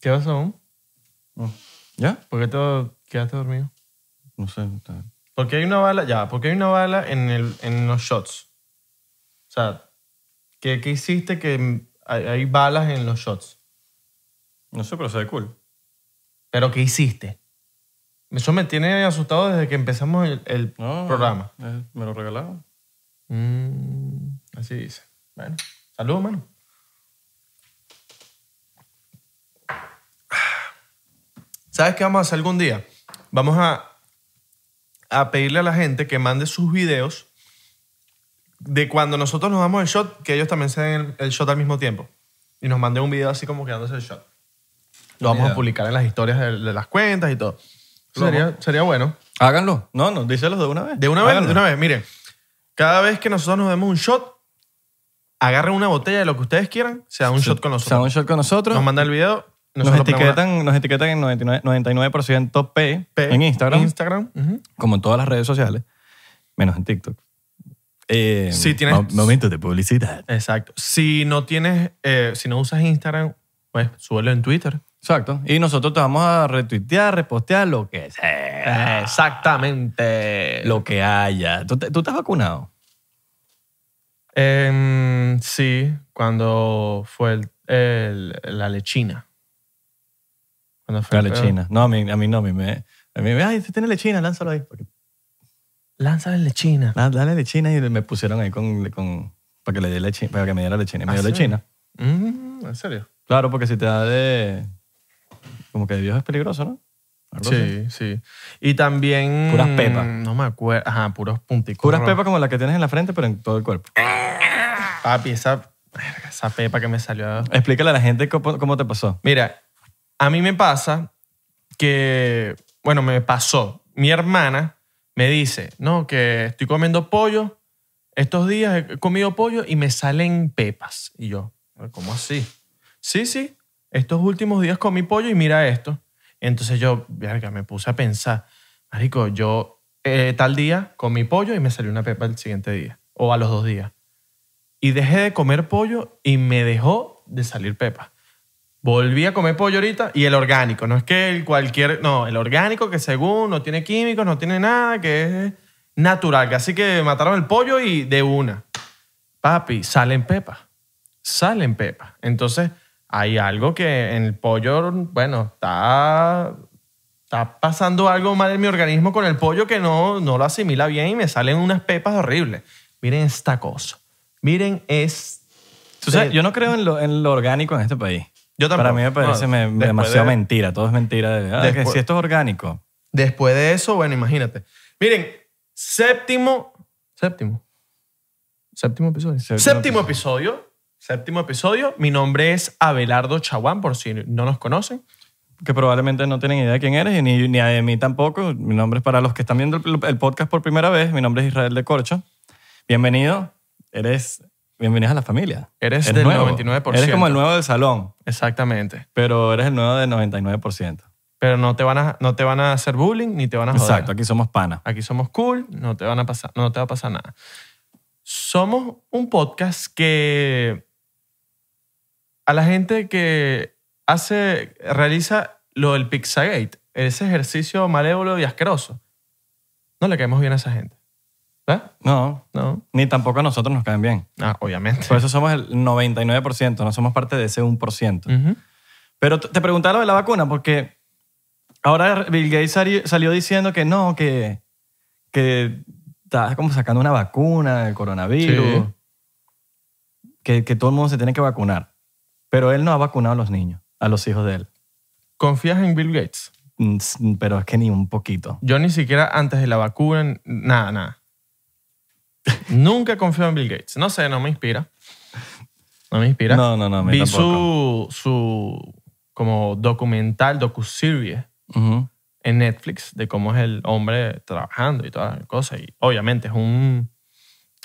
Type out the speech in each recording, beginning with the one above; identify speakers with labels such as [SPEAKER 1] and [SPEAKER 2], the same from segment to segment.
[SPEAKER 1] ¿Qué vas aún?
[SPEAKER 2] ¿Ya?
[SPEAKER 1] ¿Por qué te quedaste dormido?
[SPEAKER 2] No sé. está-
[SPEAKER 1] Porque hay una bala, ya, porque hay una bala en, el, en los shots. O sea, ¿qué, qué hiciste que mm, hay, hay balas en los shots?
[SPEAKER 2] No sé, pero se ve cool.
[SPEAKER 1] ¿Pero qué hiciste? Eso me tiene asustado desde que empezamos el, el
[SPEAKER 2] No,
[SPEAKER 1] programa.
[SPEAKER 2] eh, me lo regalaron.
[SPEAKER 1] Mm, así dice. Bueno, salud, mano. ¿Sabes qué vamos a hacer algún día? Vamos a, a pedirle a la gente que mande sus videos de cuando nosotros nos damos el shot, que ellos también se den el, el shot al mismo tiempo. Y nos manden un video así como quedándose el shot. Lo vamos
[SPEAKER 2] Idea.
[SPEAKER 1] a publicar en las historias de, de las cuentas y todo.
[SPEAKER 2] Lo
[SPEAKER 1] Sería, sería bueno.
[SPEAKER 2] Háganlo. No, no, díselos de una vez.
[SPEAKER 1] De una vez,
[SPEAKER 2] Háganlo.
[SPEAKER 1] de una vez, miren. Cada vez que nosotros nos demos un shot, agarren una botella de lo que ustedes quieran, se da un shot con
[SPEAKER 2] Se dan
[SPEAKER 1] nosotros.
[SPEAKER 2] un shot con nosotros.
[SPEAKER 1] Nos mandan el video,
[SPEAKER 2] Nos
[SPEAKER 1] nosotros ponemos
[SPEAKER 2] etiquetan, nos etiquetan en 99%, 99% P,
[SPEAKER 1] P
[SPEAKER 2] en Instagram,
[SPEAKER 1] Instagram. ujú.
[SPEAKER 2] como en todas las redes sociales, menos en TikTok. Eh,
[SPEAKER 1] Sí, tienes-
[SPEAKER 2] mo- Momentos de publicidad.
[SPEAKER 1] Exacto. Si no tienes, eh, si no usas Instagram, pues súbelo en Twitter.
[SPEAKER 2] Exacto. Y nosotros te vamos a retuitear, repostear, lo que sea.
[SPEAKER 1] Ah. Exactamente.
[SPEAKER 2] Lo que haya. ¿Tú, te- tú estás vacunado?
[SPEAKER 1] Em, sí, cuando fue el- el- la lechina. Cuando fue
[SPEAKER 2] La
[SPEAKER 1] el pedo.
[SPEAKER 2] lechina. No, a mí, a mí no. A mí me... A mí me ay, si tiene lechina, lánzalo ahí. Porque-
[SPEAKER 1] Lanza la lechina.
[SPEAKER 2] "Ah, Dale lechina y me pusieron ahí con... con para que le dé lechina, para que me diera lechina. Y me
[SPEAKER 1] ¿Ah,
[SPEAKER 2] dio
[SPEAKER 1] sí?
[SPEAKER 2] lechina.
[SPEAKER 1] Mm, ¿En serio?
[SPEAKER 2] Claro, porque si te da de... Como que de Dios es peligroso, ¿no? Algo así.
[SPEAKER 1] Sí, sí. Y también.
[SPEAKER 2] Puras pepas.
[SPEAKER 1] No me acuerdo. Ajá, puros punticos.
[SPEAKER 2] Curas pepa como la que tienes en la frente, pero en todo el cuerpo.
[SPEAKER 1] Papi, esa, verga, esa pepa que me salió.
[SPEAKER 2] Explícale a la gente cómo, cómo te pasó.
[SPEAKER 1] Mira, a mí me pasa que. Bueno, me pasó. Mi hermana me dice, no, que estoy comiendo pollo. Estos días he comido pollo y me salen pepas. Y yo, ¿cómo así? Sí, sí. Estos últimos días comí pollo y mira esto. Entonces yo, verga, me puse a pensar, marico, yo eh, tal día comí pollo y me salió una pepa el siguiente día o a los dos días. Y dejé de comer pollo y me dejó de salir pepa. Volví a comer pollo ahorita y el orgánico, no es que el cualquier, no, el orgánico que según no tiene químicos, no tiene nada, que es natural. Así que mataron el pollo y de una. Papi, salen pepas. Salen pepas. Entonces, hay algo que en el pollo, bueno, está, está pasando algo mal en mi organismo con el pollo que no, no lo asimila bien y me salen unas pepas horribles. Miren esta cosa. Miren es...
[SPEAKER 2] Tú sabes, yo no creo en lo, en lo orgánico en este país.
[SPEAKER 1] Yo tampoco.
[SPEAKER 2] Para mí me parece
[SPEAKER 1] No,
[SPEAKER 2] me-
[SPEAKER 1] después
[SPEAKER 2] demasiado
[SPEAKER 1] de-
[SPEAKER 2] mentira. Todo es mentira. de, ah, que
[SPEAKER 1] Después-
[SPEAKER 2] si esto es orgánico.
[SPEAKER 1] Después de eso, bueno, imagínate. Miren, séptimo. Séptimo. Séptimo episodio.
[SPEAKER 2] Séptimo
[SPEAKER 1] Séptimo, episodio. Séptimo episodio. Mi nombre es Abelardo Chaguán, por si no nos conocen.
[SPEAKER 2] que probablemente no tienen idea de quién eres y ni, ni de mí tampoco. Mi nombre es para los que están viendo el, el podcast por primera vez. Mi nombre es Israel de Corcho. Bienvenido. Eres bienvenido a la familia.
[SPEAKER 1] Eres del
[SPEAKER 2] nuevo.
[SPEAKER 1] 99%.
[SPEAKER 2] Eres como el nuevo del salón,
[SPEAKER 1] Exactamente.
[SPEAKER 2] pero eres el nuevo del 99%.
[SPEAKER 1] Pero no te van a, no te van a hacer bullying ni te van a joder.
[SPEAKER 2] Exacto, aquí somos panas.
[SPEAKER 1] Aquí somos cool, no te, van a pasar, no te va a pasar nada. Somos un podcast que a la gente que hace, realiza lo del Pixagate, ese ejercicio malévolo y asqueroso, no le caemos bien a esa gente. ¿Verdad?
[SPEAKER 2] No,
[SPEAKER 1] No.
[SPEAKER 2] ni tampoco a nosotros nos caen bien.
[SPEAKER 1] Ah, obviamente.
[SPEAKER 2] Por eso somos el 99%, no somos parte de ese 1%.
[SPEAKER 1] Ujú.
[SPEAKER 2] Pero t- te preguntaba lo de la vacuna porque ahora Bill Gates sali- salió diciendo que no, que, que está como sacando una vacuna del coronavirus, que, que todo el mundo se tiene que vacunar. Pero él no ha vacunado a los niños, a los hijos de él.
[SPEAKER 1] ¿Confías en Bill Gates?
[SPEAKER 2] Mm, s- Pero es que ni un poquito.
[SPEAKER 1] Yo ni siquiera antes de la vacuna, nada, nada. Nunca confío en Bill Gates. No sé, no me inspira. No me inspira.
[SPEAKER 2] No, no, no, a mí
[SPEAKER 1] Vi
[SPEAKER 2] tampoco.
[SPEAKER 1] su, su como documental, docuserie
[SPEAKER 2] Ujú.
[SPEAKER 1] en Netflix de cómo es el hombre trabajando y todas las cosas. Y obviamente es un,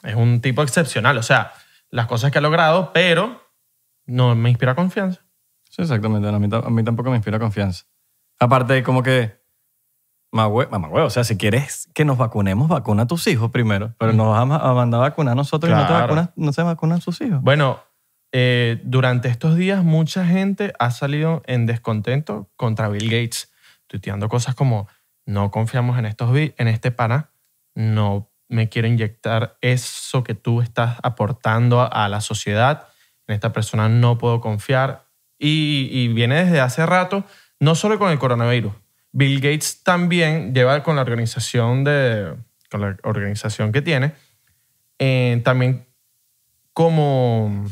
[SPEAKER 1] es un tipo excepcional. O sea, las cosas que ha logrado, pero no me inspira confianza.
[SPEAKER 2] Sí, exactamente. no, A mí, ta- a mí tampoco me inspira confianza. Aparte, como que. Mamagüe, o sea, si quieres que nos vacunemos, vacuna a tus hijos primero. Pero nos vas a ma- a mandar a vacunar a nosotros y no te
[SPEAKER 1] Claro.
[SPEAKER 2] vacunas, no se vacunan sus hijos.
[SPEAKER 1] Bueno, eh, durante estos días mucha gente ha salido en descontento contra Bill Gates, tuiteando cosas como no confiamos en, estos, vi- en este pana, no me quiero inyectar eso que tú estás aportando a, a la sociedad, en esta persona no puedo confiar. Y, y viene desde hace rato, no solo con el coronavirus. Bill Gates también lleva con la organización, de, con la organización que tiene, eh, también como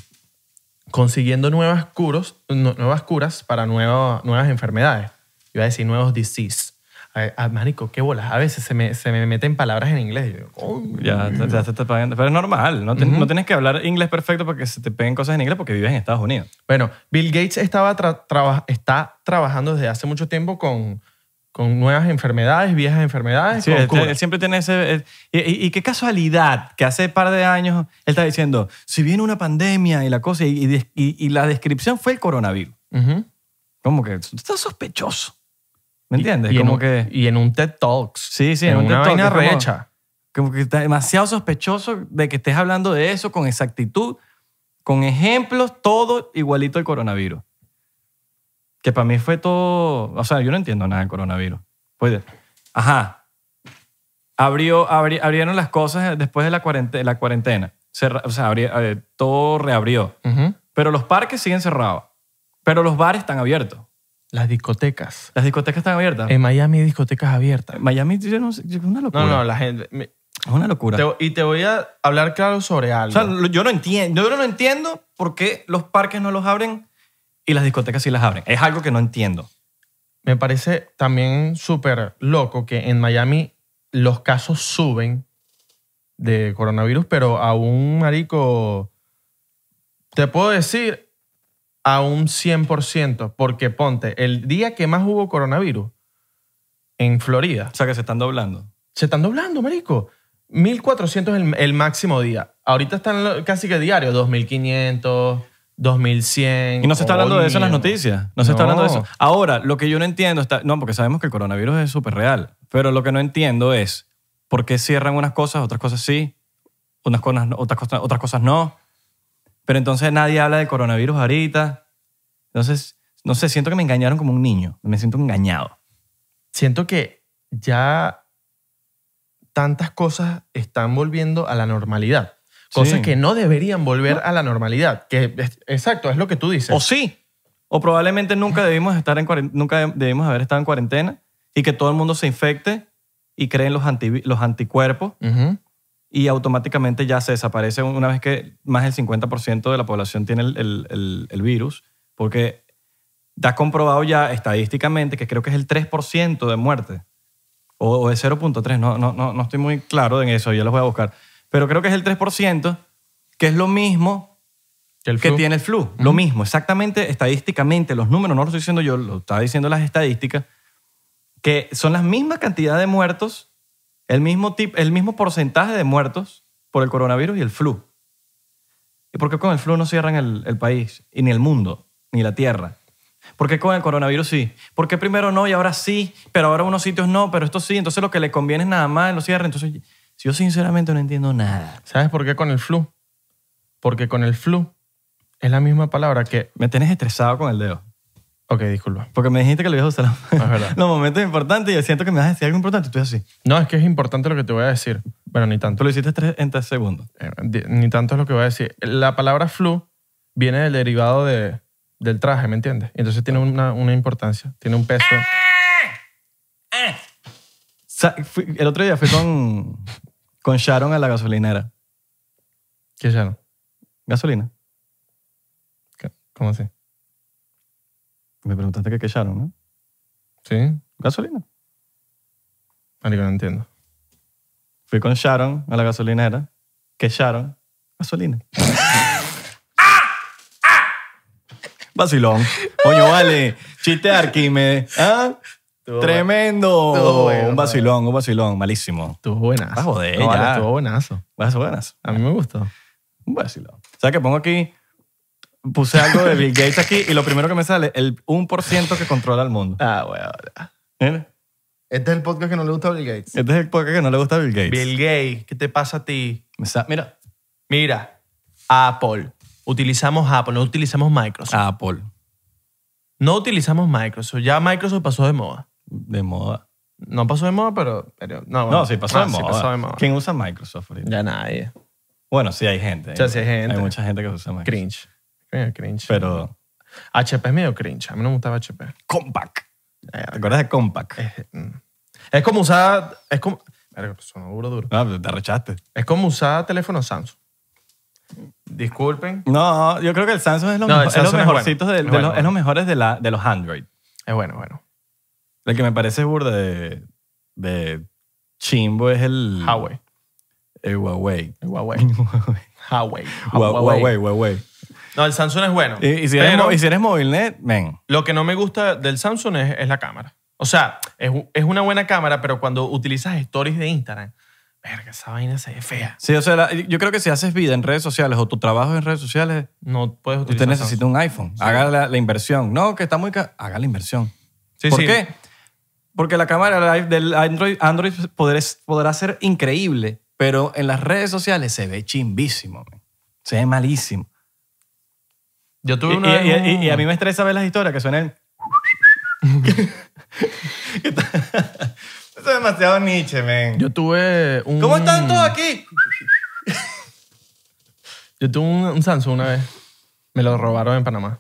[SPEAKER 1] consiguiendo nuevas, curos, nu- nuevas curas para nueva- nuevas enfermedades. Iba a decir nuevos disease. A- a- marico, qué bolas. A veces se me, se me meten palabras en inglés. Yo digo, "Oh".
[SPEAKER 2] Ya, ya se te está pagando. Pero es normal, no, te- no tienes que hablar inglés perfecto para que se te peguen cosas en inglés porque vives en Estados Unidos.
[SPEAKER 1] Bueno, Bill Gates estaba tra- traba- está trabajando desde hace mucho tiempo con, con nuevas enfermedades, viejas enfermedades.
[SPEAKER 2] Sí,
[SPEAKER 1] con
[SPEAKER 2] él,
[SPEAKER 1] curas.
[SPEAKER 2] él siempre tiene ese... él- y, y- y qué casualidad que hace par de años él está diciendo, si viene una pandemia y la cosa, y, y des- y- y la descripción fue el coronavirus.
[SPEAKER 1] Ujú.
[SPEAKER 2] Como que está sospechoso. ¿Me
[SPEAKER 1] Y-
[SPEAKER 2] entiendes?
[SPEAKER 1] Y, en
[SPEAKER 2] como
[SPEAKER 1] un,
[SPEAKER 2] que...
[SPEAKER 1] y en un TED Talks.
[SPEAKER 2] Sí, sí,
[SPEAKER 1] en,
[SPEAKER 2] en un
[SPEAKER 1] una
[SPEAKER 2] TED Talk,
[SPEAKER 1] vaina
[SPEAKER 2] es como-
[SPEAKER 1] rehecha.
[SPEAKER 2] Como que está demasiado sospechoso de que estés hablando de eso con exactitud, con ejemplos, todo igualito al coronavirus. Que para mí fue todo... O sea, yo no entiendo nada del coronavirus. Pues, ajá. Abrió, abri- abrieron las cosas después de la cuarentena. La cuarentena. Cerra- o sea, abri- eh, todo reabrió.
[SPEAKER 1] Ujú.
[SPEAKER 2] Pero los parques siguen cerrados. Pero los bares están abiertos.
[SPEAKER 1] Las discotecas.
[SPEAKER 2] Las discotecas están abiertas.
[SPEAKER 1] En Miami hay discotecas abiertas.
[SPEAKER 2] Miami yo no sé, es una locura.
[SPEAKER 1] No, no, la gente... me-
[SPEAKER 2] Es una locura.
[SPEAKER 1] te- y te voy a hablar claro sobre
[SPEAKER 2] O
[SPEAKER 1] algo.
[SPEAKER 2] sea, lo- yo no entiendo, yo no entiendo por qué los parques no los abren y las discotecas sí las abren. Es algo que no entiendo.
[SPEAKER 1] Me parece también súper loco que en Miami los casos suben de coronavirus, pero a un marico, te puedo decir, a un 100%, porque ponte, el día que más hubo coronavirus en Florida,
[SPEAKER 2] O sea, que se están doblando.
[SPEAKER 1] se están doblando, marico. 1400 es el, el máximo día. Ahorita están lo- casi que diario, 2500, 2100.
[SPEAKER 2] Y no se está hablando de eso en las
[SPEAKER 1] coño.
[SPEAKER 2] noticias. No se está hablando de
[SPEAKER 1] No.
[SPEAKER 2] eso. Ahora, lo que yo no entiendo está. No, porque sabemos que el coronavirus es súper real. Pero lo que no entiendo es por qué cierran unas cosas, otras cosas sí, unas cosas, no- otras, cosas, otras cosas no. Pero entonces nadie habla de coronavirus ahorita. Entonces, no sé, siento que me engañaron como un niño. Me siento engañado.
[SPEAKER 1] siento que ya tantas cosas están volviendo a la normalidad. Cosas
[SPEAKER 2] Sí.
[SPEAKER 1] que no deberían volver a la normalidad. Que es- exacto, es lo que tú dices.
[SPEAKER 2] O sí. O probablemente nunca debimos, estar en cuaren- nunca deb- debimos haber estado en cuarentena y que todo el mundo se infecte y creen los, anti- los anticuerpos
[SPEAKER 1] Ujú.
[SPEAKER 2] y automáticamente ya se desaparece una vez que más del 50% de la población tiene el, el- el- el virus. Porque está comprobado ya estadísticamente que creo que es el 3% de muerte. O, o es 0.3, no, no, no, no estoy muy claro en eso, yo los voy a buscar. Pero creo que es el 3%, que es lo mismo
[SPEAKER 1] Que el
[SPEAKER 2] que
[SPEAKER 1] flu-
[SPEAKER 2] tiene el flu. Lo mismo, exactamente, estadísticamente, los números, no lo estoy diciendo yo, lo está diciendo las estadísticas, que son las mismas cantidad de muertos, el mismo, tip, el mismo porcentaje de muertos por el coronavirus y el flu. ¿Y por qué con el flu no cierran el, el país, y ni el mundo, ni la tierra? ¿Por qué con el coronavirus sí? ¿Por qué primero no y ahora sí, pero ahora unos sitios no, pero esto sí? Entonces lo que le conviene es nada más, lo cierran. Entonces, yo sinceramente no entiendo nada.
[SPEAKER 1] ¿Sabes por qué con el flu? Porque con el flu es la misma palabra que...
[SPEAKER 2] Me tenés estresado con el dedo.
[SPEAKER 1] Ok, disculpa.
[SPEAKER 2] Porque me dijiste que lo ibas a usar en
[SPEAKER 1] Es verdad.
[SPEAKER 2] los momentos importantes y yo siento que me vas a decir algo importante y tú así.
[SPEAKER 1] No, es que es importante lo que te voy a decir. Bueno, ni tanto.
[SPEAKER 2] Tú lo hiciste tres- en tres segundos.
[SPEAKER 1] Eh, di- Ni tanto es lo que voy a decir. La palabra flu viene del derivado de, del traje, ¿me entiendes? Entonces tiene una, una importancia, tiene un peso.
[SPEAKER 2] Sa- fui- el otro día fui con, con Sharon a la gasolinera.
[SPEAKER 1] ¿Qué es eso?
[SPEAKER 2] ¿Gasolina?
[SPEAKER 1] ¿Cómo así?
[SPEAKER 2] Me preguntaste que qué Sharon, ¿no?
[SPEAKER 1] ¿Sí?
[SPEAKER 2] ¿Gasolina?
[SPEAKER 1] Marico, no entiendo.
[SPEAKER 2] Fui con Sharon a la gasolinera. ¿Qué Sharon? Gasolina. Vacilón. Coño, vale. Chiste de Arquímedes. ¿Ah?
[SPEAKER 1] Estuvo
[SPEAKER 2] Tremendo.
[SPEAKER 1] Estuvo bueno,
[SPEAKER 2] un vacilón, un vacilón. Malísimo.
[SPEAKER 1] Estuvo buenazo.
[SPEAKER 2] Ah, joder,
[SPEAKER 1] No,
[SPEAKER 2] ya.
[SPEAKER 1] vale, estuvo buenazo.
[SPEAKER 2] Buenas, buenas.
[SPEAKER 1] A mí me gustó.
[SPEAKER 2] Un vacilón. O sea, que pongo aquí, puse algo de Bill Gates aquí y lo primero que me sale, el 1% que controla el mundo.
[SPEAKER 1] Ah, weón.
[SPEAKER 2] Mira,
[SPEAKER 1] Este es el podcast que no le gusta a Bill Gates.
[SPEAKER 2] Este es el podcast que no le gusta a Bill Gates.
[SPEAKER 1] Bill Gates, ¿qué te pasa a ti?
[SPEAKER 2] Me sa- Mira,
[SPEAKER 1] Mira, Apple. Utilizamos Apple, no utilizamos Microsoft.
[SPEAKER 2] Apple.
[SPEAKER 1] No utilizamos Microsoft. Ya Microsoft pasó de moda.
[SPEAKER 2] De moda.
[SPEAKER 1] No pasó de moda, pero. pero- no, bueno.
[SPEAKER 2] No, sí, pasó
[SPEAKER 1] Ah,
[SPEAKER 2] de moda.
[SPEAKER 1] pasó de moda.
[SPEAKER 2] ¿Quién usa Microsoft ahorita?
[SPEAKER 1] Ya nadie.
[SPEAKER 2] Bueno, sí hay gente.
[SPEAKER 1] sea, sí hay gente.
[SPEAKER 2] Hay mucha gente que usa Microsoft.
[SPEAKER 1] Cringe. Coño, Cringe.
[SPEAKER 2] Pero
[SPEAKER 1] HP es medio cringe. A mí no me gustaba HP.
[SPEAKER 2] Compact. ¿Te acuerdas de Compact?
[SPEAKER 1] Es, mm. Es como usar. Es como. Verga, Sonó duro, duro.
[SPEAKER 2] No, Ah, pero te arrechaste.
[SPEAKER 1] Es como usar teléfono Samsung. Disculpen.
[SPEAKER 2] No, yo creo que el Samsung es lo,
[SPEAKER 1] No, el
[SPEAKER 2] mejor- es lo
[SPEAKER 1] Samsung es
[SPEAKER 2] mejorcito
[SPEAKER 1] bueno.
[SPEAKER 2] de,
[SPEAKER 1] Es
[SPEAKER 2] de
[SPEAKER 1] bueno,
[SPEAKER 2] los, es
[SPEAKER 1] bueno.
[SPEAKER 2] lo mejores de, la, de los Android.
[SPEAKER 1] Es bueno, bueno.
[SPEAKER 2] El que me parece burda de, de chimbo es el...
[SPEAKER 1] Huawei.
[SPEAKER 2] El Huawei.
[SPEAKER 1] El Huawei.
[SPEAKER 2] Huawei.
[SPEAKER 1] Huawei.
[SPEAKER 2] Huawei, Huawei.
[SPEAKER 1] No, el Samsung es bueno.
[SPEAKER 2] Y, y si eres,
[SPEAKER 1] pero
[SPEAKER 2] mo- y si eres movilnet, men.
[SPEAKER 1] lo que no me gusta del Samsung es, es la cámara. O sea, es, u- es una buena cámara, pero cuando utilizas stories de Instagram, verga, esa vaina se ve fea.
[SPEAKER 2] Sí, o sea, la- yo creo que si haces vida en redes sociales o tu trabajo en redes sociales,
[SPEAKER 1] No puedes
[SPEAKER 2] usted
[SPEAKER 1] utilizar.
[SPEAKER 2] necesita un iPhone. Haga la, la inversión. No, que está muy caro. Haga la inversión.
[SPEAKER 1] Samsung. Sí,
[SPEAKER 2] ¿Por
[SPEAKER 1] sí.
[SPEAKER 2] qué? Porque la cámara live del Android, Android podrá, podrá ser increíble, pero en las redes sociales se ve chimbísimo. men. Se ve malísimo.
[SPEAKER 1] Yo
[SPEAKER 2] Y,
[SPEAKER 1] tuve una.
[SPEAKER 2] y-
[SPEAKER 1] vez
[SPEAKER 2] y-
[SPEAKER 1] un-
[SPEAKER 2] y a mí me estresa ver las historias que suenan. Eso es demasiado niche, men.
[SPEAKER 1] Yo tuve un.
[SPEAKER 2] ¿Cómo están todos aquí?
[SPEAKER 1] Yo tuve un, un Samsung una vez. Me lo robaron en Panamá.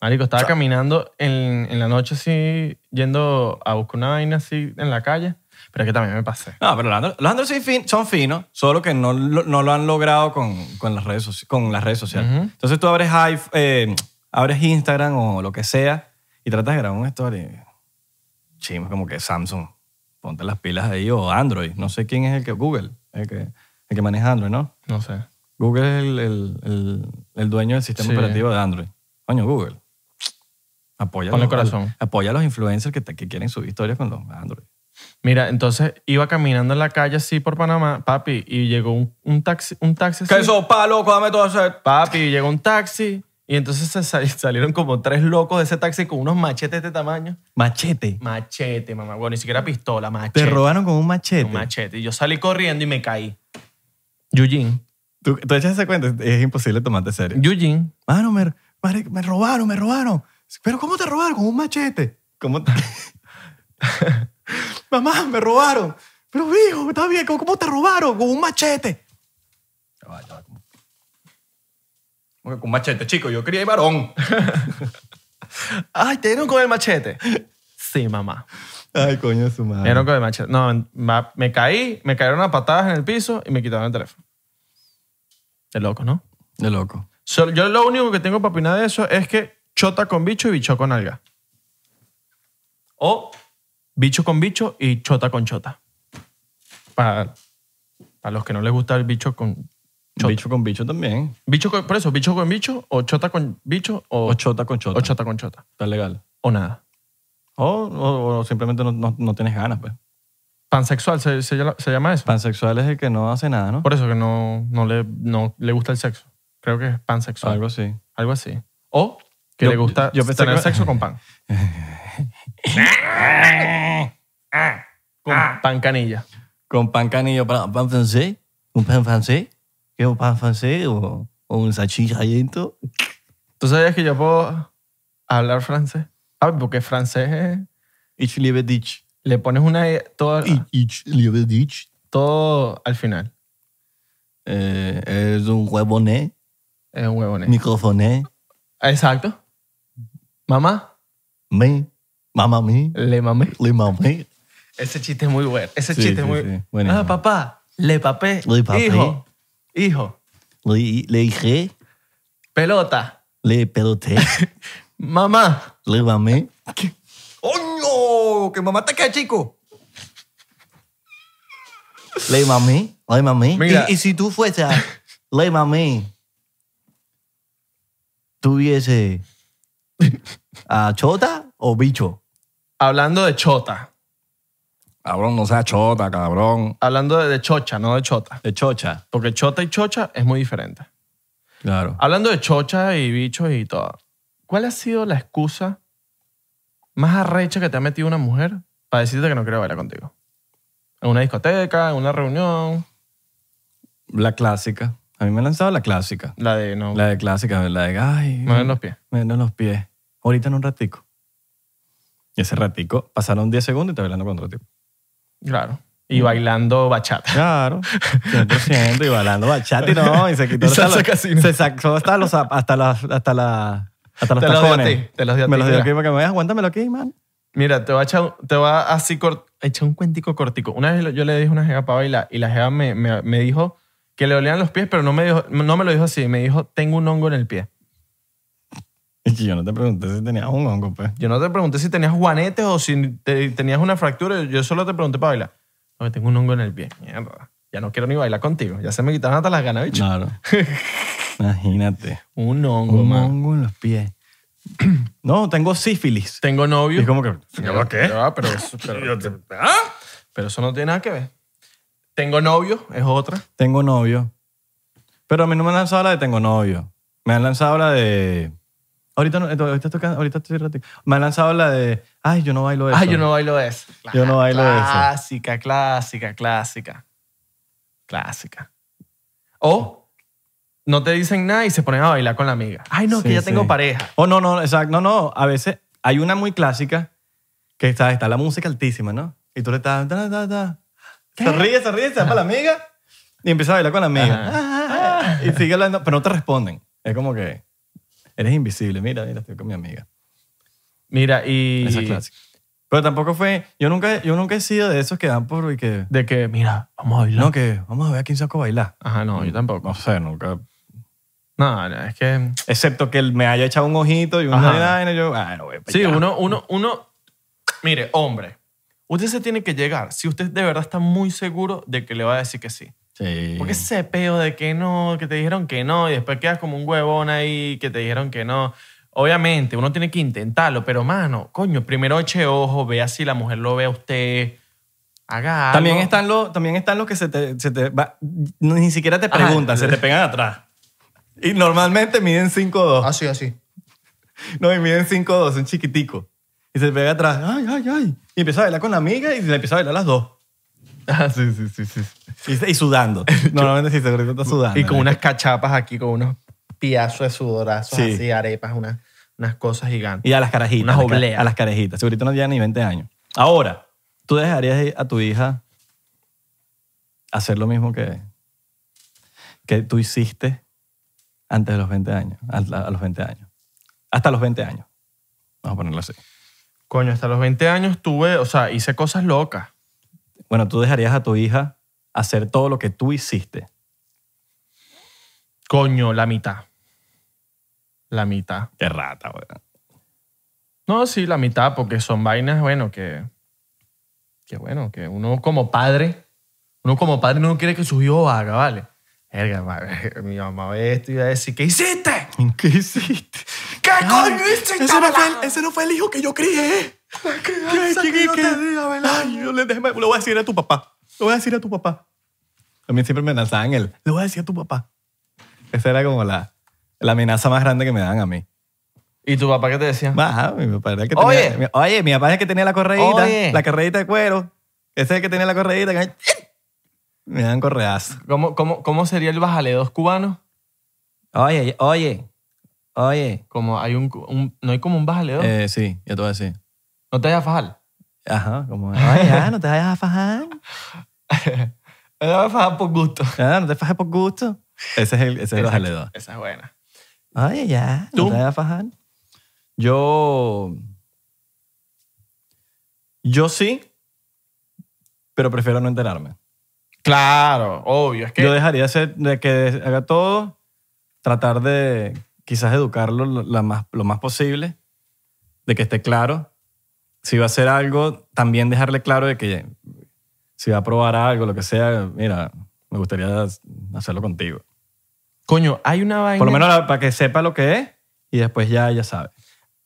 [SPEAKER 1] Marico, estaba caminando en, en la noche así, yendo a buscar una vaina así en la calle, pero es que también me pasé.
[SPEAKER 2] No, pero los Android, los Android sí fin- son finos, solo que no, lo- no lo han logrado con, con las, redes, soci- con las redes sociales.
[SPEAKER 1] Ujú.
[SPEAKER 2] Entonces tú abres, iPh- eh, abres Instagram o lo que sea y tratas de grabar una story. Chimo, como que Samsung, ponte las pilas ahí o Android. No sé quién es el que, Google, el que, el que maneja Android, ¿no?
[SPEAKER 1] No sé.
[SPEAKER 2] Google es el, el- el- el dueño del sistema
[SPEAKER 1] Sí.
[SPEAKER 2] operativo de Android. Coño, Google. Apoya,
[SPEAKER 1] Ponle
[SPEAKER 2] los-
[SPEAKER 1] corazón.
[SPEAKER 2] apoya a los influencers que, te- que quieren subir historias con los Android.
[SPEAKER 1] Mira, entonces iba caminando en la calle así por Panamá, papi, y llegó un, un taxi, un taxi así.
[SPEAKER 2] sopa, loco, dame todo eso.
[SPEAKER 1] Papi, y llegó un taxi, y entonces se sal- salieron como tres locos de ese taxi con unos machetes de este tamaño.
[SPEAKER 2] Machete.
[SPEAKER 1] Machete, mamá. Bueno, ni siquiera pistola, machete.
[SPEAKER 2] Te robaron con un machete.
[SPEAKER 1] Un machete. Y yo salí corriendo y me caí. Eugene.
[SPEAKER 2] ¿Tú, tú echas esa cuenta, es imposible tomarte serio.
[SPEAKER 1] Eugene.
[SPEAKER 2] Mano, me, mare- me robaron, me robaron. ¿Pero cómo te robaron? Con un machete. ¿Cómo te- Mamá, me robaron. Pero hijo, está bien, ¿cómo, cómo te robaron? Con un machete. Ya va, ya va, ¿cómo? ¿Cómo que Con un machete, chico, yo quería ir varón.
[SPEAKER 1] Ay, te dieron con el machete. Sí, mamá.
[SPEAKER 2] Ay, coño, su
[SPEAKER 1] Me
[SPEAKER 2] madre.
[SPEAKER 1] dieron con el machete. No, ma- me caí, me cayeron a patadas en el piso y me quitaron el teléfono. De loco, ¿no?
[SPEAKER 2] De loco.
[SPEAKER 1] So- yo lo único que tengo para opinar de eso es que chota con bicho y bicho con alga. O bicho con bicho y chota con chota. Para, para los que no les gusta el bicho con chota. Bicho.
[SPEAKER 2] Bicho con bicho también.
[SPEAKER 1] con- por eso, bicho con bicho o chota con bicho o,
[SPEAKER 2] O chota con chota.
[SPEAKER 1] o chota con chota.
[SPEAKER 2] Está legal.
[SPEAKER 1] O nada.
[SPEAKER 2] O, o- o simplemente no, no- no tienes ganas, pues.
[SPEAKER 1] Pansexual, ¿se, se llama- se llama eso?
[SPEAKER 2] Pansexual es el que no hace nada, ¿no?
[SPEAKER 1] Por eso que no, no, le, no le gusta el sexo. Creo que es pansexual. Algo,
[SPEAKER 2] Algo así.
[SPEAKER 1] así. O que
[SPEAKER 2] Yo-
[SPEAKER 1] le gusta
[SPEAKER 2] yo pensé
[SPEAKER 1] tener
[SPEAKER 2] que-
[SPEAKER 1] sexo con pan. con pan canilla.
[SPEAKER 2] Con pan canillo, para- pan francés, un pan francés, ¿qué un pan francés o, o un salchicha adentro?
[SPEAKER 1] ¿Tú sabías que yo puedo hablar francés? Ah, porque francés es-
[SPEAKER 2] Ich liebe dich.
[SPEAKER 1] le pones una E todo,
[SPEAKER 2] Ich, ich liebe dich.
[SPEAKER 1] todo al final.
[SPEAKER 2] Eh, es un huevoné,
[SPEAKER 1] Es un huevón. ¿eh?
[SPEAKER 2] microfoné,
[SPEAKER 1] Exacto. Mamá,
[SPEAKER 2] me, mamá me,
[SPEAKER 1] le mamé.
[SPEAKER 2] le mamé.
[SPEAKER 1] Ese chiste es muy bueno. Ese
[SPEAKER 2] Sí,
[SPEAKER 1] chiste
[SPEAKER 2] sí,
[SPEAKER 1] es muy.
[SPEAKER 2] sí. Buenísimo.
[SPEAKER 1] Ah, papá, le papé.
[SPEAKER 2] Le papé.
[SPEAKER 1] Hijo, hijo,
[SPEAKER 2] Le, le dije,
[SPEAKER 1] pelota,
[SPEAKER 2] le peloté,
[SPEAKER 1] mamá.
[SPEAKER 2] le mamé. ¡Oño! ¡Que mamá te queda, chico! Le mamé, le mamé.
[SPEAKER 1] Mira.
[SPEAKER 2] Y, y si tú fueses, le mamé, tuviese a chota o bicho.
[SPEAKER 1] Hablando de chota,
[SPEAKER 2] Cabrón, no sea chota, cabrón.
[SPEAKER 1] hablando de, de chocha, no de chota.
[SPEAKER 2] De chocha.
[SPEAKER 1] Porque chota y chocha es muy diferente.
[SPEAKER 2] Claro.
[SPEAKER 1] Hablando de chocha y bichos y todo, ¿cuál ha sido la excusa más arrecha que te ha metido una mujer para decirte que no quiere bailar contigo? En una discoteca, en una reunión.
[SPEAKER 2] La clásica. A A mí me han lanzado la clásica.
[SPEAKER 1] La de no.
[SPEAKER 2] La de clásica, la de, ay,
[SPEAKER 1] Me duelen los pies.
[SPEAKER 2] me duelen los pies. Ahorita en un ratico. Y ese ratico, pasaron 10 segundos y te hablando con otro tipo.
[SPEAKER 1] Claro. Y bailando bachata.
[SPEAKER 2] Claro, 100%, y bailando bachata y no, y se quitó
[SPEAKER 1] Y
[SPEAKER 2] hasta
[SPEAKER 1] salsa
[SPEAKER 2] los-
[SPEAKER 1] casino.
[SPEAKER 2] Se sacó hasta los zap- hasta las hasta la hasta los
[SPEAKER 1] Te los dio a
[SPEAKER 2] tacones.
[SPEAKER 1] ti. Te los dio a
[SPEAKER 2] Me
[SPEAKER 1] ti,
[SPEAKER 2] los dio
[SPEAKER 1] mira.
[SPEAKER 2] aquí porque me voy aguántamelo aquí, man.
[SPEAKER 1] Mira, te va a echar, te va a así cort- a echar un cuentico cortico. Una vez yo le dije a una jeva para bailar y la jeva me, me- me dijo que le dolían los pies, pero no me, dijo, no me lo dijo así. Me dijo, tengo un hongo en el pie.
[SPEAKER 2] Y que yo no te pregunté si tenías un hongo, pues.
[SPEAKER 1] Yo no te pregunté si tenías guanetes o si te- tenías una fractura. Yo solo te pregunté para bailar. No, que tengo un hongo en el pie. Mierda. Ya no quiero ni bailar contigo. Ya se me quitaron hasta las ganas, bicho.
[SPEAKER 2] Claro. Imagínate.
[SPEAKER 1] Un hongo,
[SPEAKER 2] Un
[SPEAKER 1] man.
[SPEAKER 2] hongo en los pies. No, tengo sífilis.
[SPEAKER 1] Tengo novio.
[SPEAKER 2] Y es como que, ¿yo qué? ¿Ah?
[SPEAKER 1] Ya va, Pero, eso- pero- pero eso no tiene nada que ver. Tengo novio, es otra.
[SPEAKER 2] Tengo novio. Pero a mí no me han lanzado la de tengo novio. Me han lanzado la de... Ahorita, no, ahorita, estoy, can- ahorita estoy ratico. Me han lanzado la de... Ay, yo no bailo eso.
[SPEAKER 1] Ah, yo no bailo eso.
[SPEAKER 2] Pues Yo no bailo eso.
[SPEAKER 1] Clásica, clásica, clásica. Clásica. O no te dicen nada y se ponen a bailar con la amiga. Ay, no, que
[SPEAKER 2] Sí,
[SPEAKER 1] ya
[SPEAKER 2] sí.
[SPEAKER 1] tengo pareja.
[SPEAKER 2] Oh, no, no, exacto. No, no. A veces hay una muy clásica que está, está la música altísima, ¿no? Y tú le estás... ta, ta, ta. Se ríe, se ríe, se va para la amiga y empieza a bailar con la amiga. Ah, Y sigue hablando, pero no te responden. Es como que eres invisible. Mira, mira, estoy con mi amiga.
[SPEAKER 1] Mira, y.
[SPEAKER 2] Esa es clásica. Pero tampoco fue... Yo nunca, yo nunca he sido de esos que dan por... Y que,
[SPEAKER 1] De que, mira, vamos a bailar.
[SPEAKER 2] no, que vamos a ver a quién saco bailar.
[SPEAKER 1] Ajá, no, yo tampoco.
[SPEAKER 2] No sé, nunca...
[SPEAKER 1] No, no, es que.
[SPEAKER 2] Excepto que él me haya echado un ojito y una
[SPEAKER 1] Ajá.
[SPEAKER 2] vaina y yo... Ah, no voy pa'
[SPEAKER 1] Sí,
[SPEAKER 2] allá.
[SPEAKER 1] uno, uno, uno. Mire, hombre, usted se tiene que llegar si usted de verdad está muy seguro de que le va a decir que sí.
[SPEAKER 2] Sí.
[SPEAKER 1] Porque ese peo de que no, que te dijeron que no, y después quedas como un huevón ahí que te dijeron que no. Obviamente, uno tiene que intentarlo, pero mano, coño, primero eche ojo, vea si la mujer lo ve a usted, haga algo.
[SPEAKER 2] También están, los, también están los que se te, se te va- ni siquiera te preguntan,
[SPEAKER 1] Ah.
[SPEAKER 2] se te pegan atrás. Y normalmente miden 5'2.
[SPEAKER 1] Así, así.
[SPEAKER 2] No, y miden 5'2, son chiquiticos. Y se te pega atrás, ay, ay, ay. Y empieza a bailar con la amiga y le empieza a bailar a las dos.
[SPEAKER 1] Ah, sí, sí, sí, sí.
[SPEAKER 2] Y, y sudando. Normalmente sí, seguro está sudando.
[SPEAKER 1] Y con unas cachapas aquí, con unos piazos de sudorazos
[SPEAKER 2] Sí.
[SPEAKER 1] así, arepas, unas, unas cosas gigantes.
[SPEAKER 2] Y a las carajitas.
[SPEAKER 1] Unas
[SPEAKER 2] a las ca-
[SPEAKER 1] obleas.
[SPEAKER 2] A las carajitas. Segurito no llegan ni 20 años. Ahora, ¿tú dejarías a tu hija hacer lo mismo que, que tú hiciste antes de los 20 años? A, la- a los 20 años. Hasta los 20 años. Vamos a ponerlo así.
[SPEAKER 1] Coño, hasta los 20 años tuve, o sea, hice cosas locas.
[SPEAKER 2] Bueno, ¿tú dejarías a tu hija hacer todo lo que tú hiciste?
[SPEAKER 1] Coño, la mitad. La mitad.
[SPEAKER 2] Qué rata, weón.
[SPEAKER 1] No, sí, la mitad, porque son vainas, bueno, que. Que bueno, que uno como padre. Uno como padre no quiere que su hijo haga, ¿vale? Verga, madre, mi mamá ve esto y va a decir: ¿Qué hiciste?
[SPEAKER 2] ¿Qué hiciste?
[SPEAKER 1] ¿Qué coño hiciste?
[SPEAKER 2] Ese no, fue
[SPEAKER 1] Abelardo?
[SPEAKER 2] el, ese no fue el hijo que yo crié. ¿Qué,
[SPEAKER 1] que yo te di, Abelardo?
[SPEAKER 2] Ay, yo le, déjame- lo voy a decir a tu papá. Lo voy a decir a tu papá. También siempre me lanzaban él. Lo voy a decir a tu papá. Esa era como la, la amenaza más grande que me daban a mí.
[SPEAKER 1] ¿Y tu papá qué te decía?
[SPEAKER 2] Baja, mi papá era el que
[SPEAKER 1] Oye.
[SPEAKER 2] tenía. mi- oye, mi papá es el que tenía la correíta.
[SPEAKER 1] Oye.
[SPEAKER 2] La correíta de cuero. Ese es el que tenía la correíta. que- Me dan correazo.
[SPEAKER 1] ¿Cómo, cómo, cómo sería el bajale dos cubano?
[SPEAKER 2] Oye, oye, oye.
[SPEAKER 1] Como hay un, cu- un- No hay como un bajale dos.
[SPEAKER 2] Eh, sí, yo te voy a decir.
[SPEAKER 1] No te vayas a fajar.
[SPEAKER 2] Ajá, como. Oye, ah, no te vayas a fajar. Eh,
[SPEAKER 1] No te vayas a fajar por gusto.
[SPEAKER 2] Ah, no te fajes por gusto. Ese es el, ese es el
[SPEAKER 1] Exacto.
[SPEAKER 2] bajale dos.
[SPEAKER 1] Esa es buena.
[SPEAKER 2] Oye, ya.
[SPEAKER 1] ¿Tú?
[SPEAKER 2] No te vayas a fajar. Yo. Yo sí, pero prefiero no enterarme.
[SPEAKER 1] Claro, obvio. Es que.
[SPEAKER 2] Yo dejaría hacer- de que haga todo, tratar de quizás educarlo lo, la más, lo más posible, de que esté claro. Si va a hacer algo, también dejarle claro de que si va a probar algo, lo que sea, mira, me gustaría hacerlo contigo.
[SPEAKER 1] Coño, hay una vaina.
[SPEAKER 2] Por lo menos la- para que sepa lo que es y después ya, ya sabe.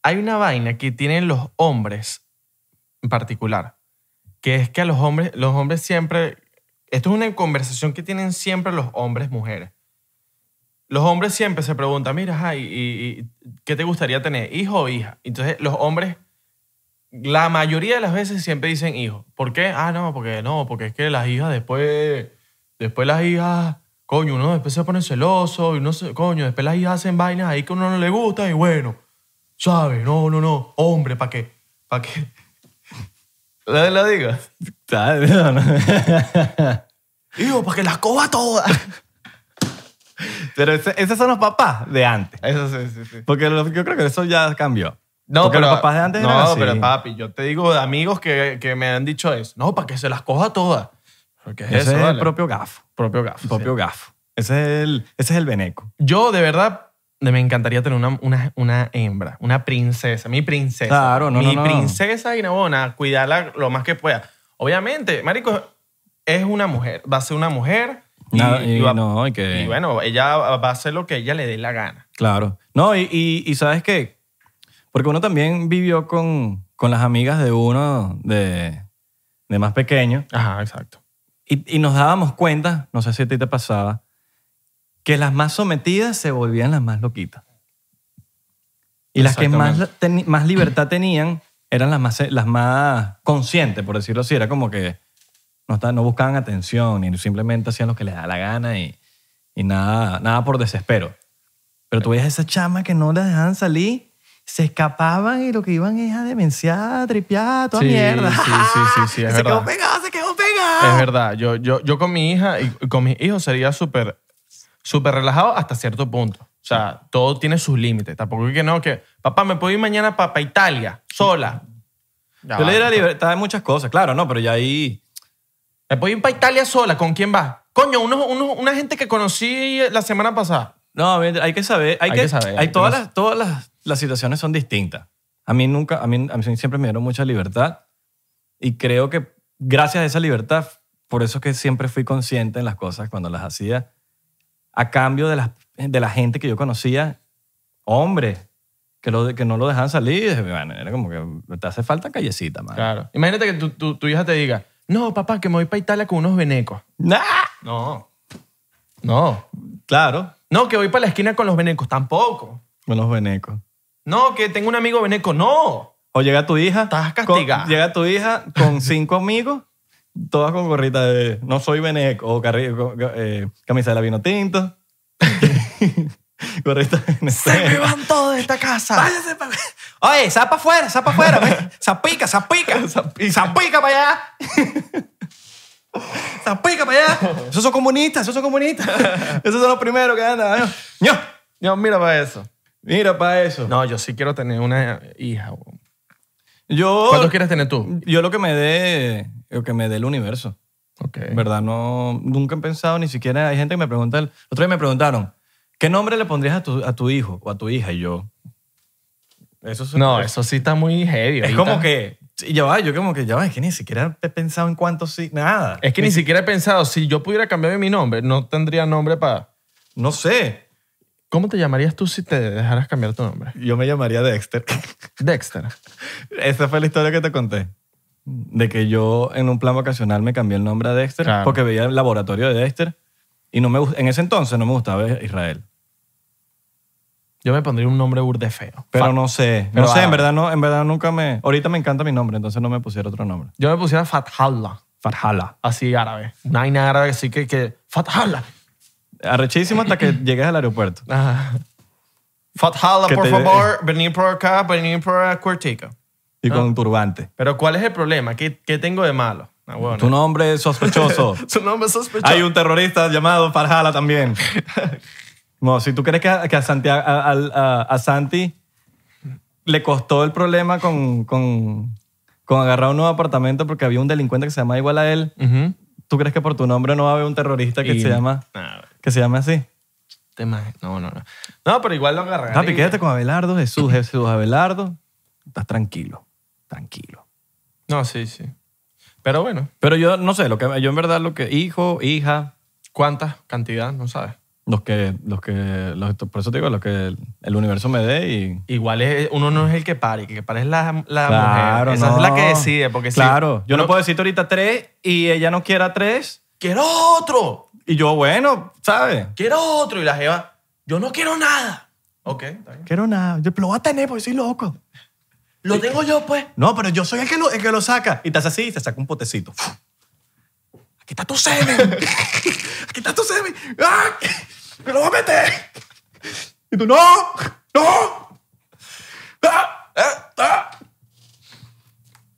[SPEAKER 1] hay una vaina que tienen los hombres en particular, que es que a los hombres, los hombres siempre, esto es una conversación que tienen siempre los hombres mujeres. Los hombres siempre se preguntan, mira, ajá, ¿y, y- y qué te gustaría tener, hijo o hija? Entonces los hombres, la mayoría de las veces siempre dicen hijo. ¿Por qué? Ah, no, porque no, porque es que las hijas después, después las hijas coño, uno después se pone celoso y uno se, coño, después las hijas hacen vainas ahí que a uno no le gusta y bueno, ¿sabes? No, no, no, hombre, ¿para qué? ¿Para qué? ¿La, la diga?
[SPEAKER 2] No, no.
[SPEAKER 1] Digo, para que las coba todas.
[SPEAKER 2] Pero ese- esos son los papás de antes.
[SPEAKER 1] Eso sí, sí, sí.
[SPEAKER 2] Porque los- yo creo que eso ya cambió.
[SPEAKER 1] No,
[SPEAKER 2] Porque
[SPEAKER 1] pero,
[SPEAKER 2] los papás de antes
[SPEAKER 1] No,
[SPEAKER 2] eran así.
[SPEAKER 1] pero papi, yo te digo de amigos que, que me han dicho eso. No, para que se las coja todas. Porque es
[SPEAKER 2] Ese
[SPEAKER 1] eso,
[SPEAKER 2] es el
[SPEAKER 1] vale.
[SPEAKER 2] propio gafo.
[SPEAKER 1] propio gafo.
[SPEAKER 2] Propio gafo. Ese es el, ese es el beneco.
[SPEAKER 1] sí. Yo, de verdad, me encantaría tener una, una, una hembra, una princesa, mi princesa.
[SPEAKER 2] Claro, no,
[SPEAKER 1] Mi
[SPEAKER 2] no, no.
[SPEAKER 1] princesa y no, bueno, cuidarla lo más que pueda. Obviamente, marico, es una mujer, va a ser una mujer. Y,
[SPEAKER 2] Nada, y
[SPEAKER 1] y va-
[SPEAKER 2] no, y que-
[SPEAKER 1] y bueno, ella va a hacer lo que ella le dé la gana.
[SPEAKER 2] Claro. No, y, y- y ¿sabes qué? Porque uno también vivió con, con las amigas de uno de, de más pequeño
[SPEAKER 1] Ajá, exacto.
[SPEAKER 2] y, y nos dábamos cuenta, no sé si a ti te pasaba, que las más sometidas se volvían las más loquitas. Y las que más, la- teni- más libertad tenían eran las más, las más conscientes, por decirlo así. Era como que no, estaban- no buscaban atención y simplemente hacían lo que les da la gana y, y nada, nada por desespero. Pero tú veías esa chama que no la dejaban salir, se escapaban y lo que iban es a demenciar, a tripear, a toda
[SPEAKER 1] Sí,
[SPEAKER 2] mierda.
[SPEAKER 1] sí, sí, sí, sí, es
[SPEAKER 2] se quedó
[SPEAKER 1] verdad.
[SPEAKER 2] pegado, se quedó pegado.
[SPEAKER 1] Es verdad, yo, yo, yo con mi hija y con mis hijos sería súper súper relajado hasta cierto punto. O sea, todo tiene sus límites. Tampoco es que no, que papá, me puedo ir mañana para, Italia, sola. Ya
[SPEAKER 2] Yo le di la
[SPEAKER 1] va.
[SPEAKER 2] libertad de muchas cosas, claro, no, pero ya ahí.
[SPEAKER 1] Me puedo ir para Italia sola, ¿con quién vas? Coño, unos, unos- una gente que conocí la semana pasada.
[SPEAKER 2] No, a ver, hay que saber. Hay,
[SPEAKER 1] Hay
[SPEAKER 2] que,
[SPEAKER 1] que saber,
[SPEAKER 2] Hay
[SPEAKER 1] hay que
[SPEAKER 2] todas,
[SPEAKER 1] no-
[SPEAKER 2] las, todas las, las situaciones son distintas. A mí nunca, a mí, a mí siempre me dieron mucha libertad y creo que gracias a esa libertad, por eso es que siempre fui consciente en las cosas cuando las hacía, a cambio de, las, de la gente que yo conocía, hombres, que, lo, que no lo dejaban salir. y dije, Bueno, era como que te hace falta callecita, man.
[SPEAKER 1] Claro. Imagínate que tu, tu- tu hija te diga, no, papá, que me voy para Italia con unos venecos.
[SPEAKER 2] ¡Nah!
[SPEAKER 1] No. No.
[SPEAKER 2] Claro,
[SPEAKER 1] No, que voy para la esquina con los venecos. Tampoco.
[SPEAKER 2] unos venecos.
[SPEAKER 1] No, que tengo un amigo veneco. No.
[SPEAKER 2] O llega tu hija.
[SPEAKER 1] Estás
[SPEAKER 2] con-
[SPEAKER 1] castigada.
[SPEAKER 2] llega tu hija con cinco amigos, todas con gorrita de no soy veneco o carri- go- go- eh, camisa de la vino tinto. gorrita de Venezuela.
[SPEAKER 1] van todos de esta casa.
[SPEAKER 2] Oye, zapa afuera, zapa afuera. ve. Zapica, zapica. Y zapica para allá. zapica para allá. Esos son comunistas, esos son comunistas. Esos son los primeros que andan. ¿no? Ño,
[SPEAKER 1] No, mira para eso.
[SPEAKER 2] Mira para eso.
[SPEAKER 1] No, yo sí quiero tener una hija. weón.
[SPEAKER 2] Yo,
[SPEAKER 1] ¿Cuántos quieres tener tú?
[SPEAKER 2] yo lo que me dé, lo que me dé el universo.
[SPEAKER 1] Ok.
[SPEAKER 2] En verdad, no, nunca he pensado, ni siquiera hay gente que me pregunta, el otro día me preguntaron, ¿qué nombre le pondrías a tu, a tu hijo o a tu hija? Y yo, eso es,
[SPEAKER 1] No, eso sí está muy heavy.
[SPEAKER 2] es
[SPEAKER 1] ahorita.
[SPEAKER 2] como que, sí, ya va, yo como que, ya va, es que ni siquiera he pensado en cuánto sí, nada.
[SPEAKER 1] Es que ni siquiera he pensado, si yo pudiera cambiarme mi nombre, no tendría nombre para...
[SPEAKER 2] No sé,
[SPEAKER 1] ¿Cómo te llamarías tú si te dejaras cambiar tu nombre?
[SPEAKER 2] yo me llamaría Dexter.
[SPEAKER 1] Dexter.
[SPEAKER 2] Esa fue la historia que te conté. De que yo en un plan vacacional me cambié el nombre a Dexter
[SPEAKER 1] Claro.
[SPEAKER 2] porque veía el laboratorio de Dexter y no me, gust- en ese entonces no me gustaba Israel.
[SPEAKER 1] Yo me pondría un nombre burde feo.
[SPEAKER 2] Pero
[SPEAKER 1] Fa-
[SPEAKER 2] no sé,
[SPEAKER 1] Pero
[SPEAKER 2] no sé, en
[SPEAKER 1] árabe.
[SPEAKER 2] verdad, no, en verdad nunca me... Ahorita me encanta mi nombre, entonces no me pusiera otro nombre.
[SPEAKER 1] Yo me pusiera Fathallah,
[SPEAKER 2] Farhala.
[SPEAKER 1] así árabe. Una vaina árabe así que... que Fathallah.
[SPEAKER 2] Arrechísimo hasta que llegues al aeropuerto.
[SPEAKER 1] Ajá. Fathallah,
[SPEAKER 2] Que
[SPEAKER 1] por
[SPEAKER 2] te-
[SPEAKER 1] favor, venir por acá, venir por Cuartico. Ah.
[SPEAKER 2] Y con turbante.
[SPEAKER 1] Pero ¿cuál es el problema? ¿Qué, qué tengo de malo? Ah, bueno.
[SPEAKER 2] Tu nombre es sospechoso.
[SPEAKER 1] Su nombre es sospechoso.
[SPEAKER 2] Hay un terrorista llamado Farhala también. No, si tú crees que, a- que a, Santiago, a, a- a- a Santi le costó el problema con, con, con agarrar un nuevo apartamento porque había un delincuente que se llama igual a él,
[SPEAKER 1] Ujú.
[SPEAKER 2] ¿tú crees que por tu nombre no va a haber un terrorista que,
[SPEAKER 1] Y-
[SPEAKER 2] se, llama,
[SPEAKER 1] Nah,
[SPEAKER 2] que se llame así?
[SPEAKER 1] te imag- No, no, no. No, pero igual lo agarré.
[SPEAKER 2] Papi, quédate con Abelardo, Jesús, Jesús, Abelardo. Estás tranquilo, tranquilo.
[SPEAKER 1] No, sí, sí. Pero bueno,
[SPEAKER 2] Pero yo no sé, lo que, yo en verdad lo que hijo, hija,
[SPEAKER 1] ¿cuántas? Cantidad, no sabes.
[SPEAKER 2] los que, los que, los, por eso te digo, los que el universo me dé y...
[SPEAKER 1] Igual es, uno no es el que pare, que pare es la, la
[SPEAKER 2] Claro,
[SPEAKER 1] mujer. Esa
[SPEAKER 2] no.
[SPEAKER 1] es la que decide, porque si-
[SPEAKER 2] Claro, yo no
[SPEAKER 1] uno-
[SPEAKER 2] puedo decirte ahorita tres y ella no quiera tres
[SPEAKER 1] ¡Quiero otro!
[SPEAKER 2] y yo, bueno, ¿sabes?
[SPEAKER 1] ¡Quiero otro! Y la jeva, yo no quiero nada. Ok, está bien.
[SPEAKER 2] Quiero nada, yo lo voy a tener porque soy loco.
[SPEAKER 1] Lo tengo yo, pues.
[SPEAKER 2] No, pero yo soy el que lo, el que lo saca. Y te hace así y te saca un potecito. Aquí está tu semen. Aquí está tu semen. ¡Ah! ¡Me lo voy a meter! Y tú, ¡no! ¡No! ¡Ah! ¡Ah! ¡Ah!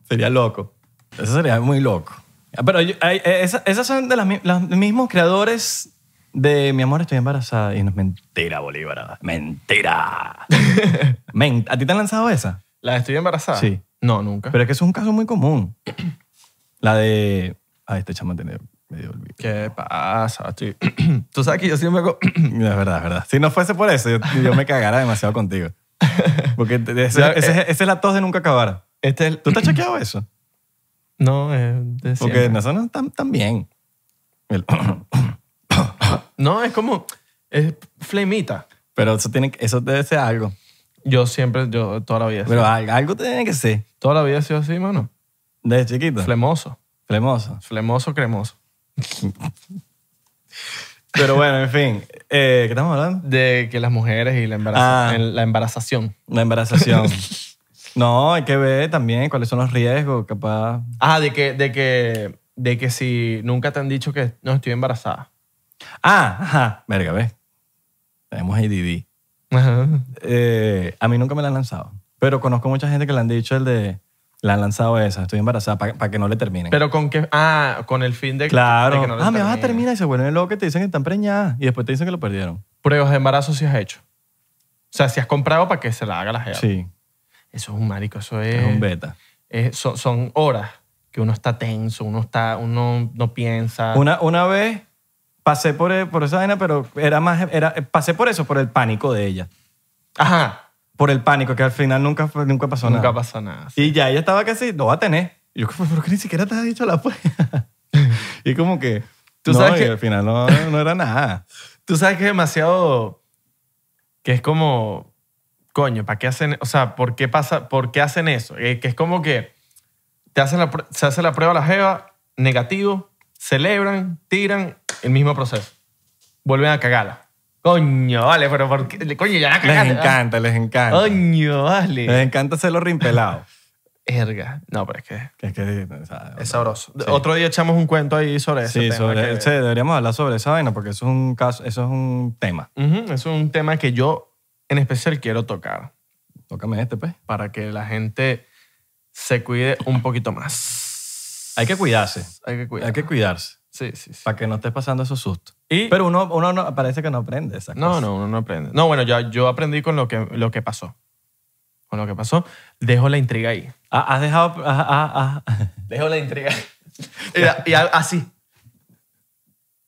[SPEAKER 2] Sería loco. Eso sería muy loco. Ah, Pero yo- hay- esa- esas son de las mi- los mismos creadores de Mi amor, estoy embarazada. Y no, mentira, Bolívar. Mentira. Men- ¿A ti te han lanzado esa?
[SPEAKER 1] ¿La de estoy embarazada?
[SPEAKER 2] Sí.
[SPEAKER 1] No, nunca.
[SPEAKER 2] Pero es que eso es un caso muy común. La de. Ah, este chamo tiene medio olvido.
[SPEAKER 1] ¿Qué pasa? Estoy- Tú sabes que yo siempre hago...
[SPEAKER 2] No, Es verdad, es verdad. Si no fuese por eso, yo, yo me cagara demasiado contigo. Porque te- ese-
[SPEAKER 1] Ya,
[SPEAKER 2] ese- esa es la tos de nunca acabar.
[SPEAKER 1] eh, este es el...
[SPEAKER 2] ¿Tú te has chequeado eso?
[SPEAKER 1] No, es de
[SPEAKER 2] Porque
[SPEAKER 1] siempre.
[SPEAKER 2] nosotros tam- también. El-
[SPEAKER 1] No, es como... Es flemita.
[SPEAKER 2] Pero eso, tiene, que- eso debe ser algo.
[SPEAKER 1] Yo siempre, yo toda la vida... he sido-
[SPEAKER 2] Pero al- algo tiene que ser.
[SPEAKER 1] Toda la vida he sido así, mano.
[SPEAKER 2] Desde chiquito.
[SPEAKER 1] Flemoso.
[SPEAKER 2] Flemoso.
[SPEAKER 1] Flemoso, cremoso.
[SPEAKER 2] Pero bueno, en fin. Eh, ¿Qué estamos hablando?
[SPEAKER 1] De que las mujeres y la, embaraza-
[SPEAKER 2] Ah.
[SPEAKER 1] el- la embarazación.
[SPEAKER 2] La embarazación. No, hay que ver también cuáles son los riesgos, capaz.
[SPEAKER 1] Ah, de que, de que, de que si nunca te han dicho que no estoy embarazada.
[SPEAKER 2] Ah, ajá. Verga, ves. Tenemos ADD. Eh, a mí nunca me la han lanzado. Pero conozco mucha gente que le han dicho el de. La han lanzado esa, estoy embarazada, para que no le terminen.
[SPEAKER 1] Pero con que, ah, con el fin de, de
[SPEAKER 2] claro.
[SPEAKER 1] que no le
[SPEAKER 2] ah, me vas a
[SPEAKER 1] terminen.
[SPEAKER 2] terminar y se vuelven locos que te dicen que están preñadas y después te dicen que lo perdieron.
[SPEAKER 1] Pruebas de embarazo si has hecho. O sea, si has comprado para que se la haga la jeva.
[SPEAKER 2] Sí,
[SPEAKER 1] Eso es un marico, eso es...
[SPEAKER 2] es un beta.
[SPEAKER 1] es- son, son horas que uno está tenso, uno, está, uno no piensa.
[SPEAKER 2] Una, una vez pasé por, por esa vaina, pero era más. Era, pasé por eso, por el pánico de ella.
[SPEAKER 1] Ajá,
[SPEAKER 2] Por el pánico, que al final nunca, fue- nunca pasó
[SPEAKER 1] nunca
[SPEAKER 2] nada.
[SPEAKER 1] pasa nada.
[SPEAKER 2] Y ya ella estaba casi, lo va a tener. Y yo, "Pues, pero que ni siquiera te has dicho la pues. y como que.
[SPEAKER 1] Tú
[SPEAKER 2] no,
[SPEAKER 1] sabes
[SPEAKER 2] y
[SPEAKER 1] que-
[SPEAKER 2] al final no, no era nada.
[SPEAKER 1] Tú sabes que es demasiado... Que es como... Coño, ¿para qué hacen...? O sea, ¿por qué, pasa, ¿por qué hacen eso? Eh, que es como que te hacen la, prue- se hace la prueba a la jeva, negativo, celebran, tiran, el mismo proceso. Vuelven a cagarla. Coño, vale, pero ¿por qué? Coño, ya la
[SPEAKER 2] Les
[SPEAKER 1] cagaste.
[SPEAKER 2] encanta, Eh. les encanta.
[SPEAKER 1] Coño,
[SPEAKER 2] Les
[SPEAKER 1] vale.
[SPEAKER 2] encanta hacerlo rimpelado.
[SPEAKER 1] Erga. No, pero es que...
[SPEAKER 2] que es que, o sea,
[SPEAKER 1] Es sabroso.
[SPEAKER 2] Sí.
[SPEAKER 1] Otro día echamos un cuento ahí sobre eso.
[SPEAKER 2] sí, sobre- sí, deberíamos hablar sobre esa vaina porque eso es un caso, eso es un tema.
[SPEAKER 1] es un tema que yo en especial quiero tocar
[SPEAKER 2] Tócame este, pues.
[SPEAKER 1] para que la gente se cuide un poquito más.
[SPEAKER 2] Hay que cuidarse.
[SPEAKER 1] Hay que cuidar.
[SPEAKER 2] Hay que cuidarse
[SPEAKER 1] Sí, sí, sí.
[SPEAKER 2] para que no estés pasando esos sustos.
[SPEAKER 1] Y-
[SPEAKER 2] Pero uno, uno no- parece que no aprende esa
[SPEAKER 1] No, no, uno no aprende. No, bueno, yo, yo aprendí con lo que, lo que pasó. Con lo que pasó. Dejo la intriga ahí.
[SPEAKER 2] Has dejado... ah, ah, ah.
[SPEAKER 1] Dejo la intriga. y, y a- así.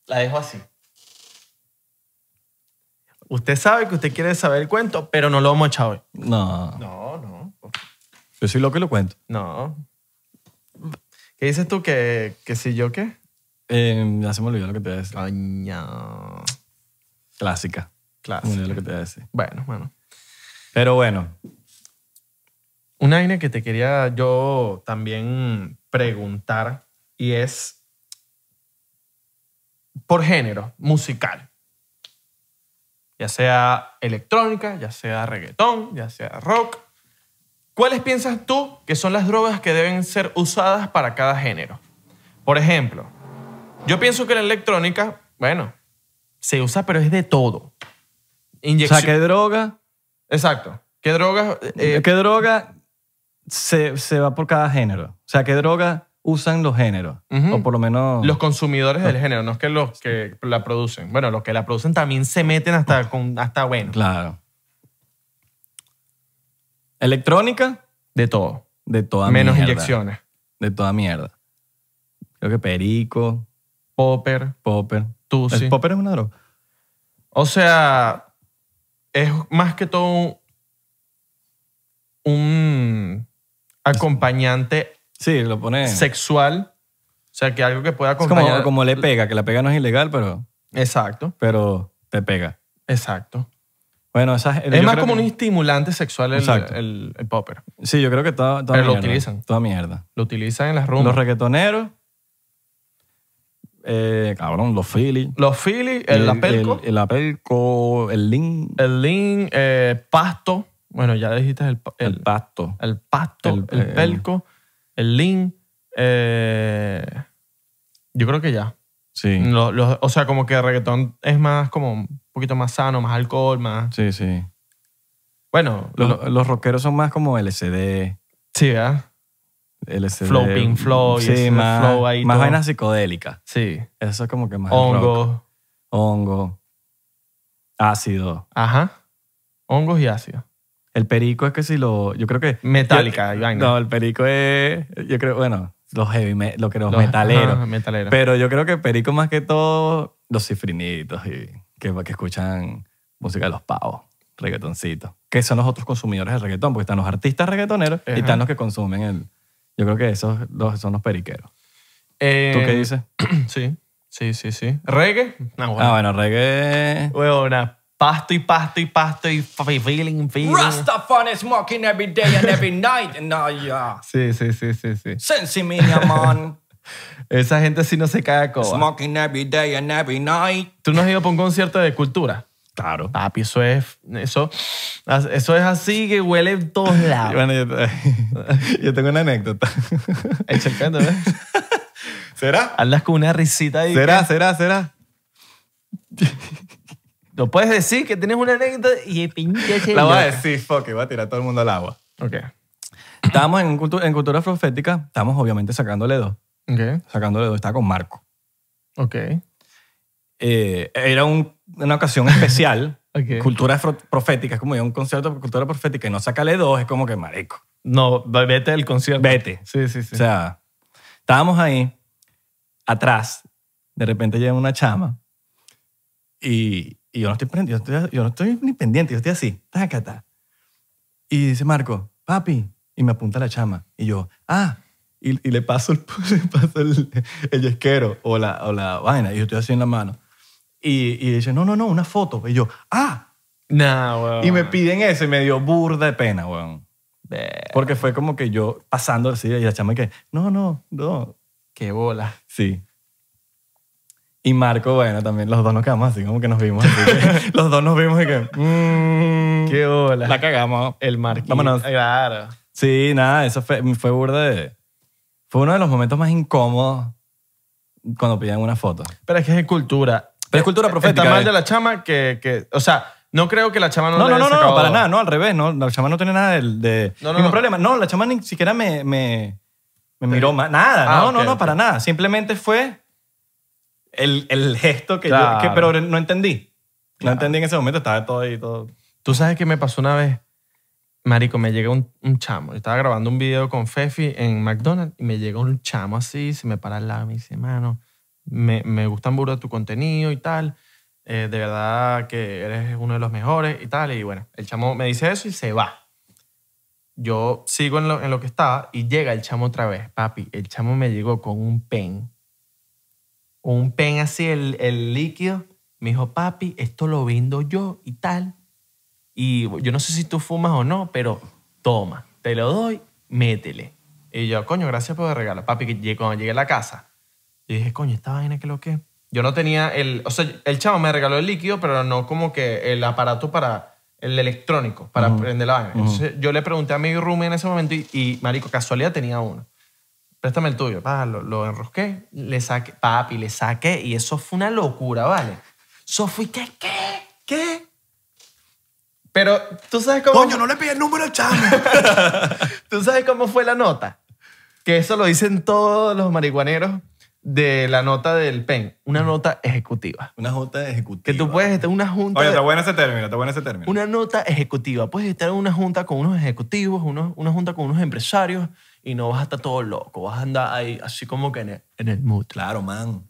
[SPEAKER 1] La dejo así. Usted sabe que usted quiere saber el cuento, pero no lo vamos a echar hoy.
[SPEAKER 2] No.
[SPEAKER 1] No, no.
[SPEAKER 2] Yo soy loco y lo cuento.
[SPEAKER 1] No. ¿Qué dices tú? ¿Que, que si yo qué?
[SPEAKER 2] Eh, ya se me olvidó lo que te iba a decir.
[SPEAKER 1] Coño.
[SPEAKER 2] Clásica. Se me
[SPEAKER 1] Claro.
[SPEAKER 2] olvidó lo que te iba a decir.
[SPEAKER 1] Bueno, bueno.
[SPEAKER 2] Pero bueno.
[SPEAKER 1] Una vaina que te quería yo también preguntar y es por género musical. Ya sea electrónica, ya sea reggaetón, ya sea rock. ¿Cuáles piensas tú que son las drogas que deben ser usadas para cada género? Por ejemplo, yo pienso que la electrónica, bueno, se usa, pero es de todo.
[SPEAKER 2] O sea,
[SPEAKER 1] Inyección.
[SPEAKER 2] ¿qué droga?
[SPEAKER 1] Exacto. ¿Qué drogas? eh,
[SPEAKER 2] ¿Qué droga se, se va por cada género? O sea, ¿qué droga usan los géneros?
[SPEAKER 1] Ujú.
[SPEAKER 2] O por lo menos...
[SPEAKER 1] Los consumidores del género, no es que los que la producen. Bueno, los que la producen también se meten hasta, con, hasta bueno.
[SPEAKER 2] Claro. Electrónica,
[SPEAKER 1] De todo.
[SPEAKER 2] de toda
[SPEAKER 1] Menos
[SPEAKER 2] mierda.
[SPEAKER 1] inyecciones.
[SPEAKER 2] De toda mierda. Creo que perico,
[SPEAKER 1] Popper,
[SPEAKER 2] popper.
[SPEAKER 1] tusi.
[SPEAKER 2] ¿El popper es una droga?
[SPEAKER 1] O sea, es más que todo un, un acompañante
[SPEAKER 2] Sí, lo pone...
[SPEAKER 1] sexual. O sea, que algo que pueda
[SPEAKER 2] Eh. es como,
[SPEAKER 1] acompañar.
[SPEAKER 2] como le pega, que la pega no es ilegal, pero,
[SPEAKER 1] Exacto,
[SPEAKER 2] pero te pega.
[SPEAKER 1] exacto.
[SPEAKER 2] Bueno, esa
[SPEAKER 1] Es más como un estimulante sexual el,
[SPEAKER 2] Exacto.
[SPEAKER 1] el- el popper.
[SPEAKER 2] Sí, yo creo que toda, toda
[SPEAKER 1] Pero lo
[SPEAKER 2] mierda.
[SPEAKER 1] utilizan.
[SPEAKER 2] Toda mierda.
[SPEAKER 1] Lo utilizan en las
[SPEAKER 2] Los
[SPEAKER 1] rumbas.
[SPEAKER 2] reggaetoneros. eh, cabrón, los Philly.
[SPEAKER 1] Los Philly, el, apelco.
[SPEAKER 2] El, el apelco, el lin, el,
[SPEAKER 1] El lean, eh, pasto. Bueno, ya dijiste el, pa- el,
[SPEAKER 2] pasto.
[SPEAKER 1] el pasto,
[SPEAKER 2] el- eh,
[SPEAKER 1] el,
[SPEAKER 2] el-
[SPEAKER 1] pelco, el lean. eh, Yo creo que ya.
[SPEAKER 2] Sí,
[SPEAKER 1] Los- los- o sea, como que el reggaetón es más como un poquito más sano, más alcohol, más...
[SPEAKER 2] sí, sí.
[SPEAKER 1] Bueno,
[SPEAKER 2] Los, los rockeros son más como LCD,
[SPEAKER 1] sí, ¿verdad?
[SPEAKER 2] LCD.
[SPEAKER 1] Flow, Pink Floyd,
[SPEAKER 2] Sí,
[SPEAKER 1] ese
[SPEAKER 2] más,
[SPEAKER 1] flow ahí,
[SPEAKER 2] más
[SPEAKER 1] todo.
[SPEAKER 2] vainas psicodélicas.
[SPEAKER 1] Sí.
[SPEAKER 2] Eso es como que más el rock.
[SPEAKER 1] Hongos.
[SPEAKER 2] Hongo. Ácido.
[SPEAKER 1] Ajá. Hongos y ácido.
[SPEAKER 2] El perico es que si lo... Yo creo que...
[SPEAKER 1] Metálica, y vaina.
[SPEAKER 2] No, el perico es... Yo creo, bueno, los heavy... me- Lo que los,
[SPEAKER 1] Los-
[SPEAKER 2] metaleros.
[SPEAKER 1] ajá, metaleros.
[SPEAKER 2] Pero yo creo que perico más que todo los cifrinitos y que, que escuchan música de los pavos, reggaetoncito. Que son los otros consumidores del reggaetón, porque están los artistas reggaetoneros
[SPEAKER 1] Ajá.
[SPEAKER 2] y están los que consumen el... Yo creo que esos los- son los periqueros.
[SPEAKER 1] Eh,
[SPEAKER 2] ¿Tú qué dices?
[SPEAKER 1] Sí, sí, sí, sí. ¿Reggae? No,
[SPEAKER 2] Ah,
[SPEAKER 1] bueno.
[SPEAKER 2] bueno, reggae...
[SPEAKER 1] Huevona, Pasto y pasto y pasto y fe- feeling, feeling.
[SPEAKER 2] Rastafari smoking every day and every night. No, yeah.
[SPEAKER 1] Sí, sí, sí, sí, sí.
[SPEAKER 2] Sensi man.
[SPEAKER 1] Esa gente sí no se cae a coba.
[SPEAKER 2] Smoking every day and every night.
[SPEAKER 1] Tú no has ido para un concierto de cultura.
[SPEAKER 2] Claro.
[SPEAKER 1] Papi, eso es, eso, eso es así que huele en todos lados.
[SPEAKER 2] Bueno, yo, yo tengo una anécdota.
[SPEAKER 1] Echa el canto, ¿ves?
[SPEAKER 2] ¿Será?
[SPEAKER 1] Andas con una risita y
[SPEAKER 2] ¿Será? ¿Será? ¿Será?
[SPEAKER 1] no puedes decir que tienes una anécdota y pinche
[SPEAKER 2] La voy a decir, fuck, it, voy a tirar a todo el mundo al agua.
[SPEAKER 1] Ok.
[SPEAKER 2] Estábamos en, cultu- en Cultura Profética, estábamos obviamente sacándole dos.
[SPEAKER 1] Ok.
[SPEAKER 2] Sacándole dos, estaba con Marco.
[SPEAKER 1] Ok.
[SPEAKER 2] Eh, era un- una ocasión especial.
[SPEAKER 1] Ok.
[SPEAKER 2] Cultura Fro- Profética, es como ir a un concierto de Cultura Profética y no sacarle dos, es como que marico.
[SPEAKER 1] No, vete del concierto.
[SPEAKER 2] Vete.
[SPEAKER 1] Sí, sí, sí.
[SPEAKER 2] O sea, estábamos ahí, atrás, de repente llega una chama y, y yo, no estoy, prendi- yo, estoy- yo no estoy ni pendiente, yo estoy así, taca, ta. Y dice Marco, papi, y me apunta la chama. Y yo, ah, y, y le paso, el, le paso el, el yesquero o la, o la vaina, y yo estoy así en la mano. Y, y dice, no, no, no, una foto. Y yo, ah,
[SPEAKER 1] Nah, huevón.
[SPEAKER 2] y me piden eso y me dio burda de pena, weón. Porque fue como que yo pasando así y la chama que, no, no, no.
[SPEAKER 1] Qué bola.
[SPEAKER 2] Sí. Y Marco, bueno, también los dos nos quedamos así, como que nos vimos así. que los dos nos vimos y que, mm,
[SPEAKER 1] Qué bola.
[SPEAKER 2] la cagamos.
[SPEAKER 1] El marquito.
[SPEAKER 2] Vámonos.
[SPEAKER 1] Claro.
[SPEAKER 2] Sí, nada, eso fue, fue burda de... Fue uno de los momentos más incómodos cuando pidían una foto.
[SPEAKER 1] Pero es que es de cultura.
[SPEAKER 2] Pero es cultura profética,
[SPEAKER 1] Está mal
[SPEAKER 2] eh.
[SPEAKER 1] de la chama que, que... O sea, no creo que la chama no
[SPEAKER 2] No,
[SPEAKER 1] le
[SPEAKER 2] no,
[SPEAKER 1] haya
[SPEAKER 2] no, no,
[SPEAKER 1] sacado-
[SPEAKER 2] no, para nada, no, al revés, no, la chama no tiene nada de, de-
[SPEAKER 1] No, no,
[SPEAKER 2] ningún
[SPEAKER 1] no.
[SPEAKER 2] problema. No, la chama ni siquiera me, me, me miró ma- nada,
[SPEAKER 1] Ah,
[SPEAKER 2] no,
[SPEAKER 1] ok,
[SPEAKER 2] no, no,
[SPEAKER 1] ok.
[SPEAKER 2] para nada. Simplemente fue el, el gesto que
[SPEAKER 1] Claro.
[SPEAKER 2] yo, que, pero no entendí. No entendí en ese momento, estaba todo ahí, todo.
[SPEAKER 1] Tú sabes que me pasó una vez, Marico, me llega un, un chamo. Yo estaba grabando un video con Fefi en McDonald's y me llega un chamo así, se me para al lado y me dice, mano, me, me gustan burda tu contenido y tal. eh, de verdad que eres uno de los mejores y tal. Y bueno, el chamo me dice eso y se va. Yo sigo en lo, en lo que estaba y llega el chamo otra vez. Papi, el chamo me llegó con un pen. Un pen así, el, el líquido. Me dijo, papi, esto lo vendo yo y tal. Y yo no sé si tú fumas o no, pero toma, te lo doy, métele. Y yo, coño, gracias por el regalo. Papi, que llegué- cuando llegué a la casa, yo dije, coño, esta vaina, ¿qué es lo que es? Yo no tenía el... O sea, el chavo me regaló el líquido, pero no como que el aparato para... El electrónico, para prender la vaina. Entonces, yo le pregunté a mi roomie en ese momento y, y, marico, casualidad tenía uno. Préstame el tuyo. Pa, lo, lo enrosqué, le saqué, papi, le saqué. Y eso fue una locura, ¿vale? Eso fue, ¿qué? ¿Qué? ¿Qué? Pero, ¿tú sabes cómo...?
[SPEAKER 2] no le pide el número al chamo.
[SPEAKER 1] ¿Tú sabes cómo fue la nota? Que eso lo dicen todos los marihuaneros de la nota del PEN. Una nota ejecutiva.
[SPEAKER 2] Una junta ejecutiva.
[SPEAKER 1] Que tú puedes estar en una junta...
[SPEAKER 2] Oye, está bueno ese término, está bueno ese término.
[SPEAKER 1] Una nota ejecutiva. Puedes estar en una junta con unos ejecutivos, unos, una junta con unos empresarios y no vas a estar todo loco. Vas a andar ahí así como que en el, en el mood.
[SPEAKER 2] Claro, man.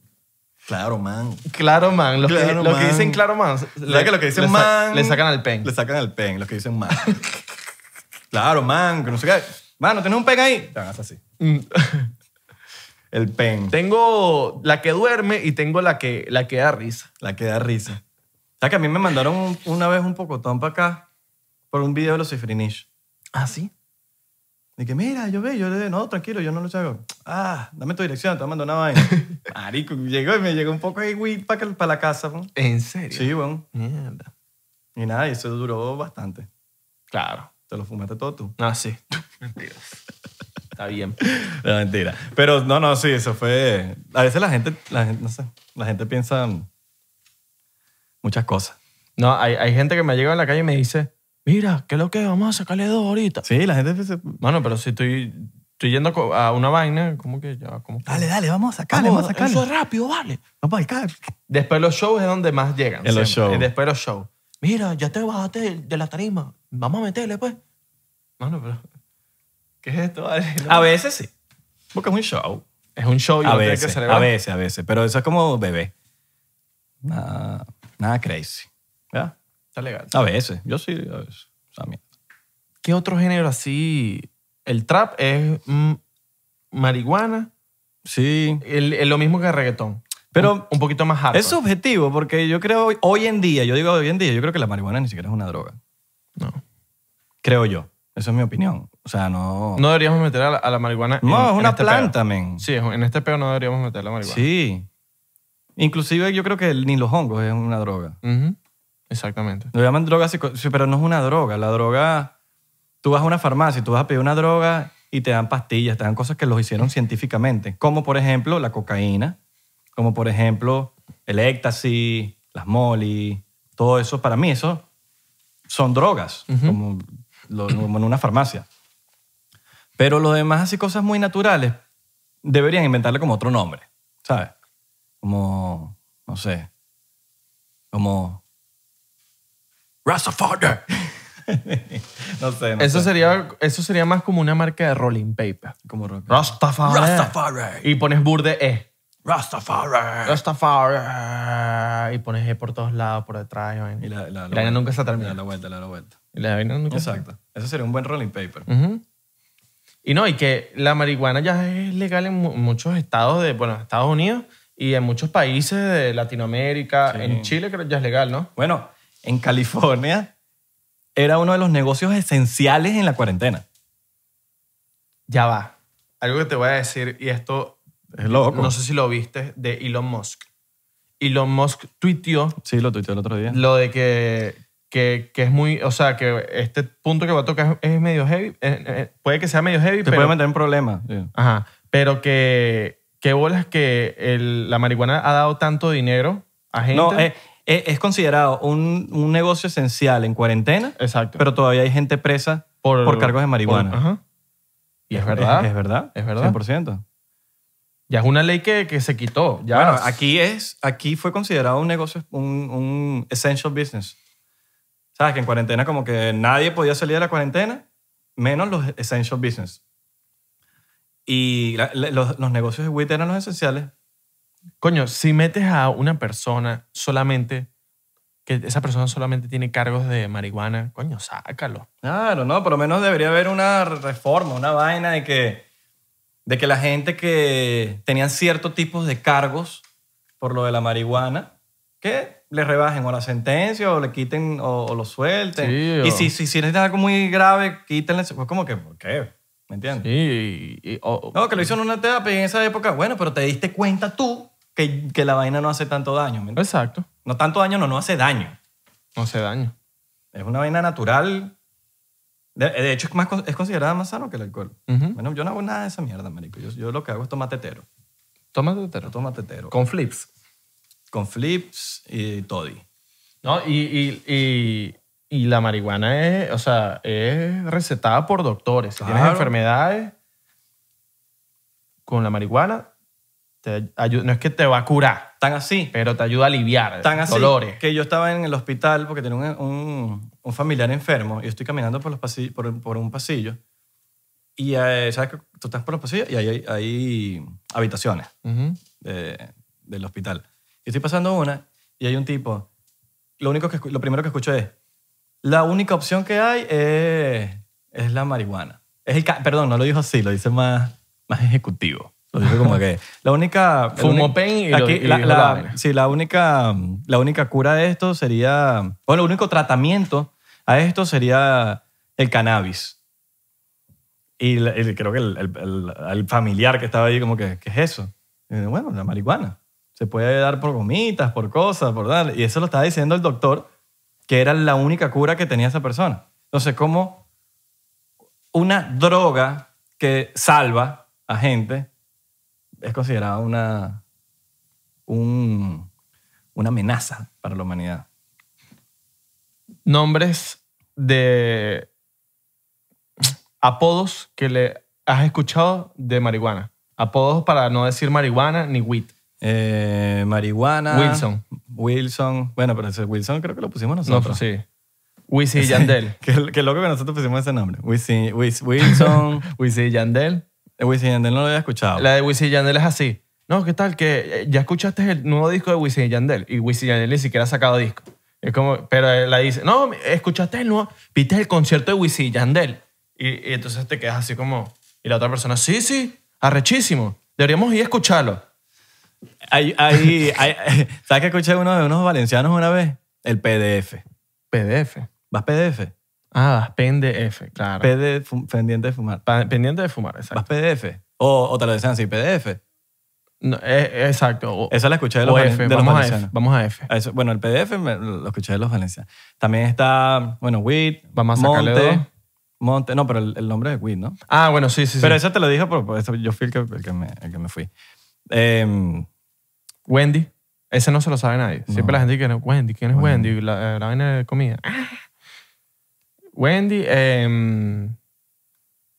[SPEAKER 2] Claro, man.
[SPEAKER 1] Claro, man. Los, que,
[SPEAKER 2] Claro,
[SPEAKER 1] los que
[SPEAKER 2] man.
[SPEAKER 1] dicen claro, man.
[SPEAKER 2] ¿Sabes que lo que dicen
[SPEAKER 1] le sa-
[SPEAKER 2] man?
[SPEAKER 1] Le sacan al PEN.
[SPEAKER 2] Le sacan al pen, los que dicen man. claro, man, que no sé qué. Mano, ¿tienes un pen ahí? Te van a hacer así.
[SPEAKER 1] Mm.
[SPEAKER 2] El pen,
[SPEAKER 1] Tengo la que duerme y tengo la que, la que da risa.
[SPEAKER 2] la que da risa. O sea, que a mí me mandaron un- una vez un pocotón para acá por un video de los cifrinish.
[SPEAKER 1] ¿Ah, sí?
[SPEAKER 2] Y que, mira, yo ve, yo le no, tranquilo, yo no lo hago. Ah, dame tu dirección, te mando una vaina. Marico, llegó y me llegó un poco de weed para la casa. weón.
[SPEAKER 1] ¿En serio?
[SPEAKER 2] Sí, weón.
[SPEAKER 1] Mierda.
[SPEAKER 2] Y nada, y eso duró bastante.
[SPEAKER 1] Claro.
[SPEAKER 2] Te lo fumaste todo tú.
[SPEAKER 1] Ah, sí. Está bien.
[SPEAKER 2] No, mentira. Pero no, no, sí, eso fue. A veces la gente, la gente, no sé, la gente piensa muchas cosas.
[SPEAKER 1] No, hay, hay gente que me ha llegado en la calle y me dice, mira, ¿qué es lo que es? Vamos a sacarle dos ahorita.
[SPEAKER 2] Sí, la gente piensa.
[SPEAKER 1] Mano, pero si estoy, estoy yendo co- a una vaina, ¿cómo que ya? ¿Cómo que?
[SPEAKER 2] Dale, dale, vamos a sacarle,
[SPEAKER 1] Vamos,
[SPEAKER 2] vamos, a sacarle.
[SPEAKER 1] eso es rápido, vale.
[SPEAKER 2] Vamos a sacarle.
[SPEAKER 1] Después los shows es donde más llegan.
[SPEAKER 2] En los
[SPEAKER 1] siempre.
[SPEAKER 2] shows.
[SPEAKER 1] Después los shows. Mira, ya te bajaste de- de la tarima. Vamos a meterle, pues. Mano, pero... ¿Qué es esto? vale? No.
[SPEAKER 2] A veces sí. Porque es un show.
[SPEAKER 1] Es un show y
[SPEAKER 2] A
[SPEAKER 1] uno tiene que
[SPEAKER 2] veces,
[SPEAKER 1] celebrar.
[SPEAKER 2] a veces, a veces. Pero eso es como bebé. Nada, nada crazy. ¿Verdad?
[SPEAKER 1] Está legal.
[SPEAKER 2] A veces. Yo sí, a veces. O sea, mierda.
[SPEAKER 1] ¿Qué otro género así? El trap es mm, marihuana.
[SPEAKER 2] Sí.
[SPEAKER 1] el- el lo mismo que el reggaetón.
[SPEAKER 2] Pero-
[SPEAKER 1] un, un poquito más hardcore.
[SPEAKER 2] Es subjetivo porque yo creo hoy- hoy en día, yo digo hoy en día, yo creo que la marihuana ni siquiera es una droga.
[SPEAKER 1] No.
[SPEAKER 2] Creo yo. Esa es mi opinión. O sea, no.
[SPEAKER 1] No deberíamos meter a la, a la marihuana. en-
[SPEAKER 2] No, es
[SPEAKER 1] en
[SPEAKER 2] una
[SPEAKER 1] este
[SPEAKER 2] planta, men.
[SPEAKER 1] peo. Sí, es un- en este peo no deberíamos meter la marihuana.
[SPEAKER 2] Sí. Inclusive yo creo que el- ni los hongos es una droga.
[SPEAKER 1] Ujú. Exactamente.
[SPEAKER 2] Lo llaman droga, psico- sí, pero no es una droga. La droga, tú vas a una farmacia y tú vas a pedir una droga y te dan pastillas, te dan cosas que los hicieron científicamente, como por ejemplo la cocaína, como por ejemplo el éxtasis, las molly, todo eso, para mí eso son drogas, como, lo- como en una farmacia. Pero lo demás, así cosas muy naturales, deberían inventarle como otro nombre, ¿sabes? Como, no sé, como... Rastafari. no sé, pues, no
[SPEAKER 1] Eso
[SPEAKER 2] sé.
[SPEAKER 1] sería, eso sería más como una marca de rolling paper.
[SPEAKER 2] Como rock.
[SPEAKER 1] Rastafari.
[SPEAKER 2] Rastafari.
[SPEAKER 1] Y pones burde E.
[SPEAKER 2] Rastafari.
[SPEAKER 1] Rastafari. Y pones E por todos lados, por detrás. Y, vaina.
[SPEAKER 2] Y la, la, la
[SPEAKER 1] vaina
[SPEAKER 2] vuelta.
[SPEAKER 1] nunca se
[SPEAKER 2] Le da
[SPEAKER 1] termina.
[SPEAKER 2] la vuelta, le da la vuelta.
[SPEAKER 1] Y la vaina nunca se-
[SPEAKER 2] Exacto. Eso sería un buen rolling paper.
[SPEAKER 1] Ujú. Y no, y que la marihuana ya es legal en mu- muchos estados de, bueno, Estados Unidos y en muchos países de Latinoamérica. En Chile creo que ya es legal, ¿no?
[SPEAKER 2] Bueno, en California era uno de los negocios esenciales en la cuarentena.
[SPEAKER 1] Ya va. Algo que te voy a decir, y esto
[SPEAKER 2] Es loco.
[SPEAKER 1] no sé si lo viste, de Elon Musk. Elon Musk tuiteó
[SPEAKER 2] Sí, lo tuiteé el otro día.
[SPEAKER 1] lo de que, que, que es muy, o sea, que este punto que va a tocar es, es medio heavy. eh, eh, puede que sea medio heavy,
[SPEAKER 2] Te
[SPEAKER 1] pero...
[SPEAKER 2] puede meter en problemas. sí.
[SPEAKER 1] Ajá. Pero que, qué bolas que el- la marihuana ha dado tanto dinero a gente.
[SPEAKER 2] No, eh, es, es- es considerado un, un negocio esencial en cuarentena,
[SPEAKER 1] Exacto.
[SPEAKER 2] pero todavía hay gente presa por, cargos de marihuana.
[SPEAKER 1] por- ajá. Y es verdad.
[SPEAKER 2] Es, verdad.
[SPEAKER 1] Es verdad.
[SPEAKER 2] 100%.
[SPEAKER 1] Ya es una ley que, que se quitó. Ya.
[SPEAKER 2] Bueno, aquí es, aquí fue considerado un negocio, un, un essential business. Sabes que en cuarentena como que nadie podía salir de la cuarentena, menos los essential business. Y la- la- los, los negocios de WIT eran los esenciales.
[SPEAKER 1] Coño, si metes a una persona solamente, que esa persona solamente tiene cargos de marihuana, coño, sácalo.
[SPEAKER 2] Claro, no, por lo menos debería haber una reforma, una vaina de que, de que la gente que tenían ciertos tipos de cargos por lo de la marihuana, que le rebajen o la sentencia o le quiten o, o lo suelten.
[SPEAKER 1] Sí,
[SPEAKER 2] y
[SPEAKER 1] o-
[SPEAKER 2] si, si, si es algo muy grave, quítenle. Pues como que, ¿por qué? ¿Me entiendes?
[SPEAKER 1] Sí, y- y- o-
[SPEAKER 2] No, que lo hicieron en una terapia en esa época. Bueno, pero te diste cuenta tú que, que la vaina no hace tanto daño. ¿me entiendes?
[SPEAKER 1] Exacto.
[SPEAKER 2] No tanto daño, no, no hace daño.
[SPEAKER 1] No se daño.
[SPEAKER 2] Es una vaina natural. De, de hecho, es, más, con- es considerada más sano que el alcohol.
[SPEAKER 1] Ujú.
[SPEAKER 2] Bueno, yo no hago nada de esa mierda, marico. Yo, yo lo que hago es tomar tetero.
[SPEAKER 1] Tómate
[SPEAKER 2] Yo
[SPEAKER 1] tetero.
[SPEAKER 2] tomo tetero. Con,
[SPEAKER 1] Con flips.
[SPEAKER 2] flips y toddy.
[SPEAKER 1] No, y, y, y, y la marihuana es, o sea, es recetada por doctores. Si tienes
[SPEAKER 2] Claro.
[SPEAKER 1] enfermedades, con la marihuana, te ayu- no es que te va a curar,
[SPEAKER 2] Tan así,
[SPEAKER 1] pero te ayuda a aliviar
[SPEAKER 2] tan así
[SPEAKER 1] dolores.
[SPEAKER 2] que yo estaba en el hospital porque tenía un, un- un familiar enfermo y estoy caminando por, los pasillos, por, por un pasillo y eh, sabes que tú estás por los pasillos y ahí hay, hay habitaciones
[SPEAKER 1] Ujú.
[SPEAKER 2] de- del hospital. Y estoy pasando una y hay un tipo. Lo, único que, escu- lo primero que escucho es, la única opción que hay es, es la marihuana. Es el, ca- perdón, no lo dijo así, lo dice más, más ejecutivo. Lo dijo como que la única... el
[SPEAKER 1] Fumó
[SPEAKER 2] único-
[SPEAKER 1] pen y lo-
[SPEAKER 2] aquí
[SPEAKER 1] y
[SPEAKER 2] la,
[SPEAKER 1] dijo
[SPEAKER 2] la-
[SPEAKER 1] la vaina.
[SPEAKER 2] Sí, la única, la única cura de esto sería... O el único tratamiento a esto sería el cannabis. Y, la- y creo que el, el- el- el familiar que estaba ahí, como que, ¿qué es eso? Y yo, bueno, la marihuana. Se puede dar por gomitas, por cosas, por tal. Y eso lo estaba diciendo el doctor, que era la única cura que tenía esa persona. Entonces, ¿cómo una droga que salva a gente es considerada una, un- una amenaza para la humanidad.
[SPEAKER 1] Nombres de apodos que le has escuchado de marihuana. Apodos para no decir marihuana ni weed.
[SPEAKER 2] Eh, marihuana.
[SPEAKER 1] Wilson.
[SPEAKER 2] Wilson. Bueno, pero ese Wilson creo que lo pusimos
[SPEAKER 1] No,
[SPEAKER 2] nosotros.
[SPEAKER 1] sí. Wisin y Yandel.
[SPEAKER 2] Qué, qué loco que nosotros pusimos ese nombre. Wisin- Wis- Wilson.
[SPEAKER 1] Wisin y Yandel.
[SPEAKER 2] Eh, Wisin Yandel no lo había escuchado.
[SPEAKER 1] La de Wisin y Yandel es así. No, ¿qué tal? Que eh, ya escuchaste el nuevo disco de Wisin y Yandel. Y Wisin y Yandel ni siquiera ha sacado disco. Es como, pero él la dice, no, escuchaste el nuevo, viste el concierto de Wisin y Yandel. Y, y entonces te quedas así como, y la otra persona, sí, sí, arrechísimo. Deberíamos ir a escucharlo.
[SPEAKER 2] Hay- hay- hay- ¿Sabes que escuché uno de unos valencianos una vez? El PDF.
[SPEAKER 1] PDF.
[SPEAKER 2] ¿Vas PDF?
[SPEAKER 1] Ah, PDF, claro.
[SPEAKER 2] PD, fu- pendiente de fumar.
[SPEAKER 1] Pa- pendiente de fumar, exacto.
[SPEAKER 2] ¿Vas PDF? O, o te lo decían así, PDF.
[SPEAKER 1] No, eh, exacto. O,
[SPEAKER 2] Esa la escuché de los,
[SPEAKER 1] o
[SPEAKER 2] valen-
[SPEAKER 1] F,
[SPEAKER 2] de los
[SPEAKER 1] vamos a F,
[SPEAKER 2] valencianos.
[SPEAKER 1] vamos a F.
[SPEAKER 2] A eso- bueno, el PDF me- lo escuché de los valencianos. También está, bueno, WIT,
[SPEAKER 1] Vamos a sacarle dos.
[SPEAKER 2] Monte. Monte, no, pero el, el nombre es WIT, ¿no?
[SPEAKER 1] Ah, bueno, sí, sí, sí.
[SPEAKER 2] Pero eso te lo dije, por, por eso yo fui el que, el que me, el que me fui. Em,
[SPEAKER 1] Wendy. Ese no se lo sabe nadie. Siempre
[SPEAKER 2] No.
[SPEAKER 1] la gente que Wendy, ¿quién es
[SPEAKER 2] Wendy.
[SPEAKER 1] Wendy? La, eh, la vaina de comida. Ah. Wendy, em,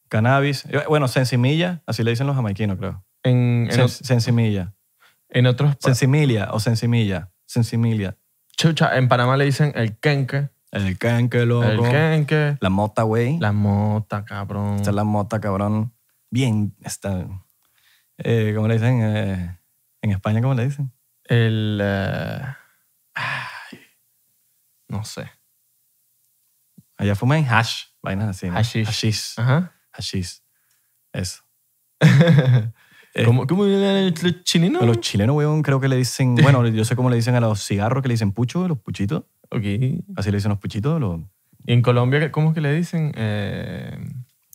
[SPEAKER 2] cannabis, eh, bueno, sensimilla, así le dicen los jamaiquinos, creo.
[SPEAKER 1] en, en,
[SPEAKER 2] Sen- sensimilla.
[SPEAKER 1] en otros... pa-
[SPEAKER 2] Sensimilia o sensimilla. Sensimilia.
[SPEAKER 1] Chucha, en Panamá le dicen el kenke.
[SPEAKER 2] El canque, loco.
[SPEAKER 1] El kenke.
[SPEAKER 2] La mota, güey.
[SPEAKER 1] La mota, cabrón.
[SPEAKER 2] Esta es la mota, cabrón. Bien, está. eh, ¿Cómo le dicen? Eh, en España, ¿cómo le dicen?
[SPEAKER 1] El... eh, ay, no sé.
[SPEAKER 2] Allá fuman hash, vainas así. ¿no?
[SPEAKER 1] Hashish.
[SPEAKER 2] Hashish.
[SPEAKER 1] Ajá.
[SPEAKER 2] Hashish. Eso. Eh,
[SPEAKER 1] ¿Cómo, ¿Cómo eran los chilinos?
[SPEAKER 2] Pero los chilenos, weón, creo que le dicen. Bueno, yo sé cómo le dicen a los cigarros que le dicen pucho, los puchitos.
[SPEAKER 1] Ok. ¿Y
[SPEAKER 2] Así le dicen los puchitos. Los...
[SPEAKER 1] en Colombia cómo es que le dicen? Eh,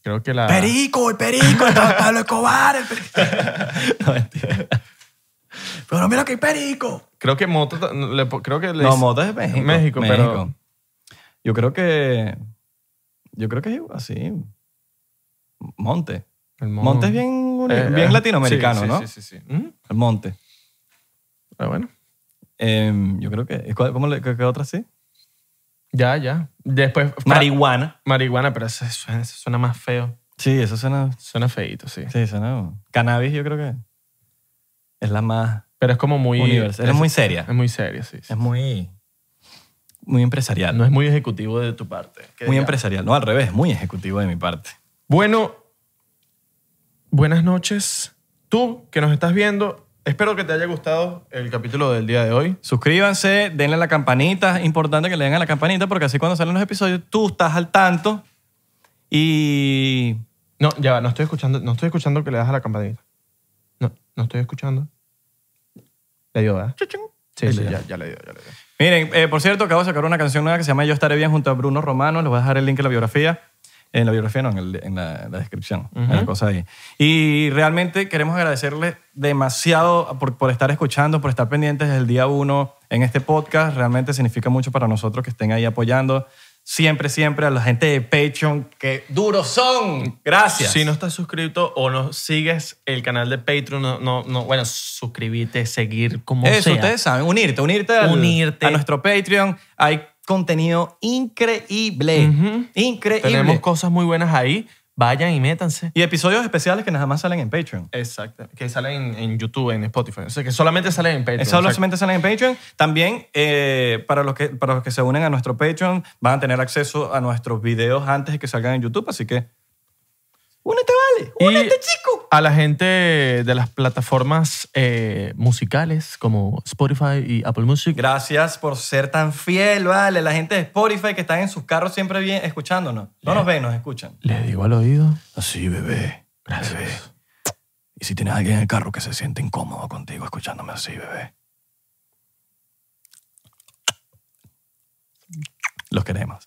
[SPEAKER 1] creo que la...
[SPEAKER 2] ¡Perico! ¡El perico! ¡Está Pablo Escobar! El perico. no, mentira. Pero mira que hay perico.
[SPEAKER 1] Creo que mota... ta- le po- creo que le
[SPEAKER 2] No,
[SPEAKER 1] dicen-
[SPEAKER 2] motos es México.
[SPEAKER 1] México, pero-
[SPEAKER 2] Yo creo que. Yo creo que es así. Monte.
[SPEAKER 1] El mono.
[SPEAKER 2] Monte es bien, uni-
[SPEAKER 1] Eh,
[SPEAKER 2] bien
[SPEAKER 1] eh,
[SPEAKER 2] latinoamericano,
[SPEAKER 1] sí, sí,
[SPEAKER 2] ¿no?
[SPEAKER 1] Sí, sí, sí. ¿Mm?
[SPEAKER 2] El monte.
[SPEAKER 1] Pero bueno,
[SPEAKER 2] Em, yo creo que. ¿cuál- ¿Cómo le, qué, qué otra sí?
[SPEAKER 1] ya, ya. Después...
[SPEAKER 2] Marihuana.
[SPEAKER 1] Marihuana, pero eso suena, eso suena más feo.
[SPEAKER 2] Sí, eso suena.
[SPEAKER 1] Suena feito, sí.
[SPEAKER 2] Sí, suena. Cannabis, yo creo que. Es la más
[SPEAKER 1] Pero es como muy...
[SPEAKER 2] universal. Es, muy seria.
[SPEAKER 1] Es muy serio, sí. sí.
[SPEAKER 2] Es muy. Muy empresarial.
[SPEAKER 1] No es muy ejecutivo de tu parte. que
[SPEAKER 2] muy
[SPEAKER 1] digamos.
[SPEAKER 2] empresarial. No, al revés, muy ejecutivo de mi parte.
[SPEAKER 1] Bueno, buenas noches. Tú que nos estás viendo, espero que te haya gustado el capítulo del día de hoy.
[SPEAKER 2] Suscríbanse, denle a la campanita. Es importante que le den a la campanita porque así cuando salen los episodios tú estás al tanto. Y
[SPEAKER 1] No, ya va, no estoy escuchando, no estoy escuchando que le das a la campanita. No, no estoy escuchando. Le dio, ¿verdad? Sí,
[SPEAKER 2] Ahí
[SPEAKER 1] sí,
[SPEAKER 2] le dio.
[SPEAKER 1] ya, ya le dio, ya le dio.
[SPEAKER 2] miren, eh, por cierto, acabo de sacar una canción nueva que se llama Yo estaré bien junto a Bruno Romano. Les voy a dejar el link en la biografía. En la biografía, no, en, el- en la, en la descripción. en la cosa ahí. Y realmente queremos agradecerles demasiado por, por estar escuchando, por estar pendientes desde el día uno en este podcast. Realmente significa mucho para nosotros que estén ahí apoyando. Siempre, siempre a la gente de Patreon, que duros son. Gracias.
[SPEAKER 1] Si no estás suscrito o no sigues el canal de Patreon, no, no, no, bueno, suscríbete, seguir como
[SPEAKER 2] Eso,
[SPEAKER 1] sea.
[SPEAKER 2] ustedes saben, unirte, unirte, al-
[SPEAKER 1] Unirte.
[SPEAKER 2] a nuestro Patreon. Hay contenido increíble,
[SPEAKER 1] Ujú.
[SPEAKER 2] increíble.
[SPEAKER 1] Tenemos cosas muy buenas ahí. Vayan y métanse.
[SPEAKER 2] y episodios especiales que nada más salen en Patreon.
[SPEAKER 1] Exacto. Que salen en, en YouTube, en Spotify. O sea, que solamente salen en Patreon.
[SPEAKER 2] Eso
[SPEAKER 1] Exacto.
[SPEAKER 2] solamente salen en Patreon. También, eh, para, los que, para los que se unen a nuestro Patreon, van a tener acceso a nuestros videos antes de que salgan en YouTube. Así que, únete, vale.
[SPEAKER 1] Y-
[SPEAKER 2] Únete, chico.
[SPEAKER 1] a la gente de las plataformas eh, musicales como Spotify y Apple Music.
[SPEAKER 2] Gracias por ser tan fiel, vale. La gente de Spotify que están en sus carros siempre bien escuchándonos. No nos ven, nos escuchan.
[SPEAKER 1] Les digo al oído.
[SPEAKER 2] Así, Ah, bebé.
[SPEAKER 1] Gracias.
[SPEAKER 2] Bebé. Y si tienes a alguien en el carro que se siente incómodo contigo escuchándome así, bebé. Los queremos.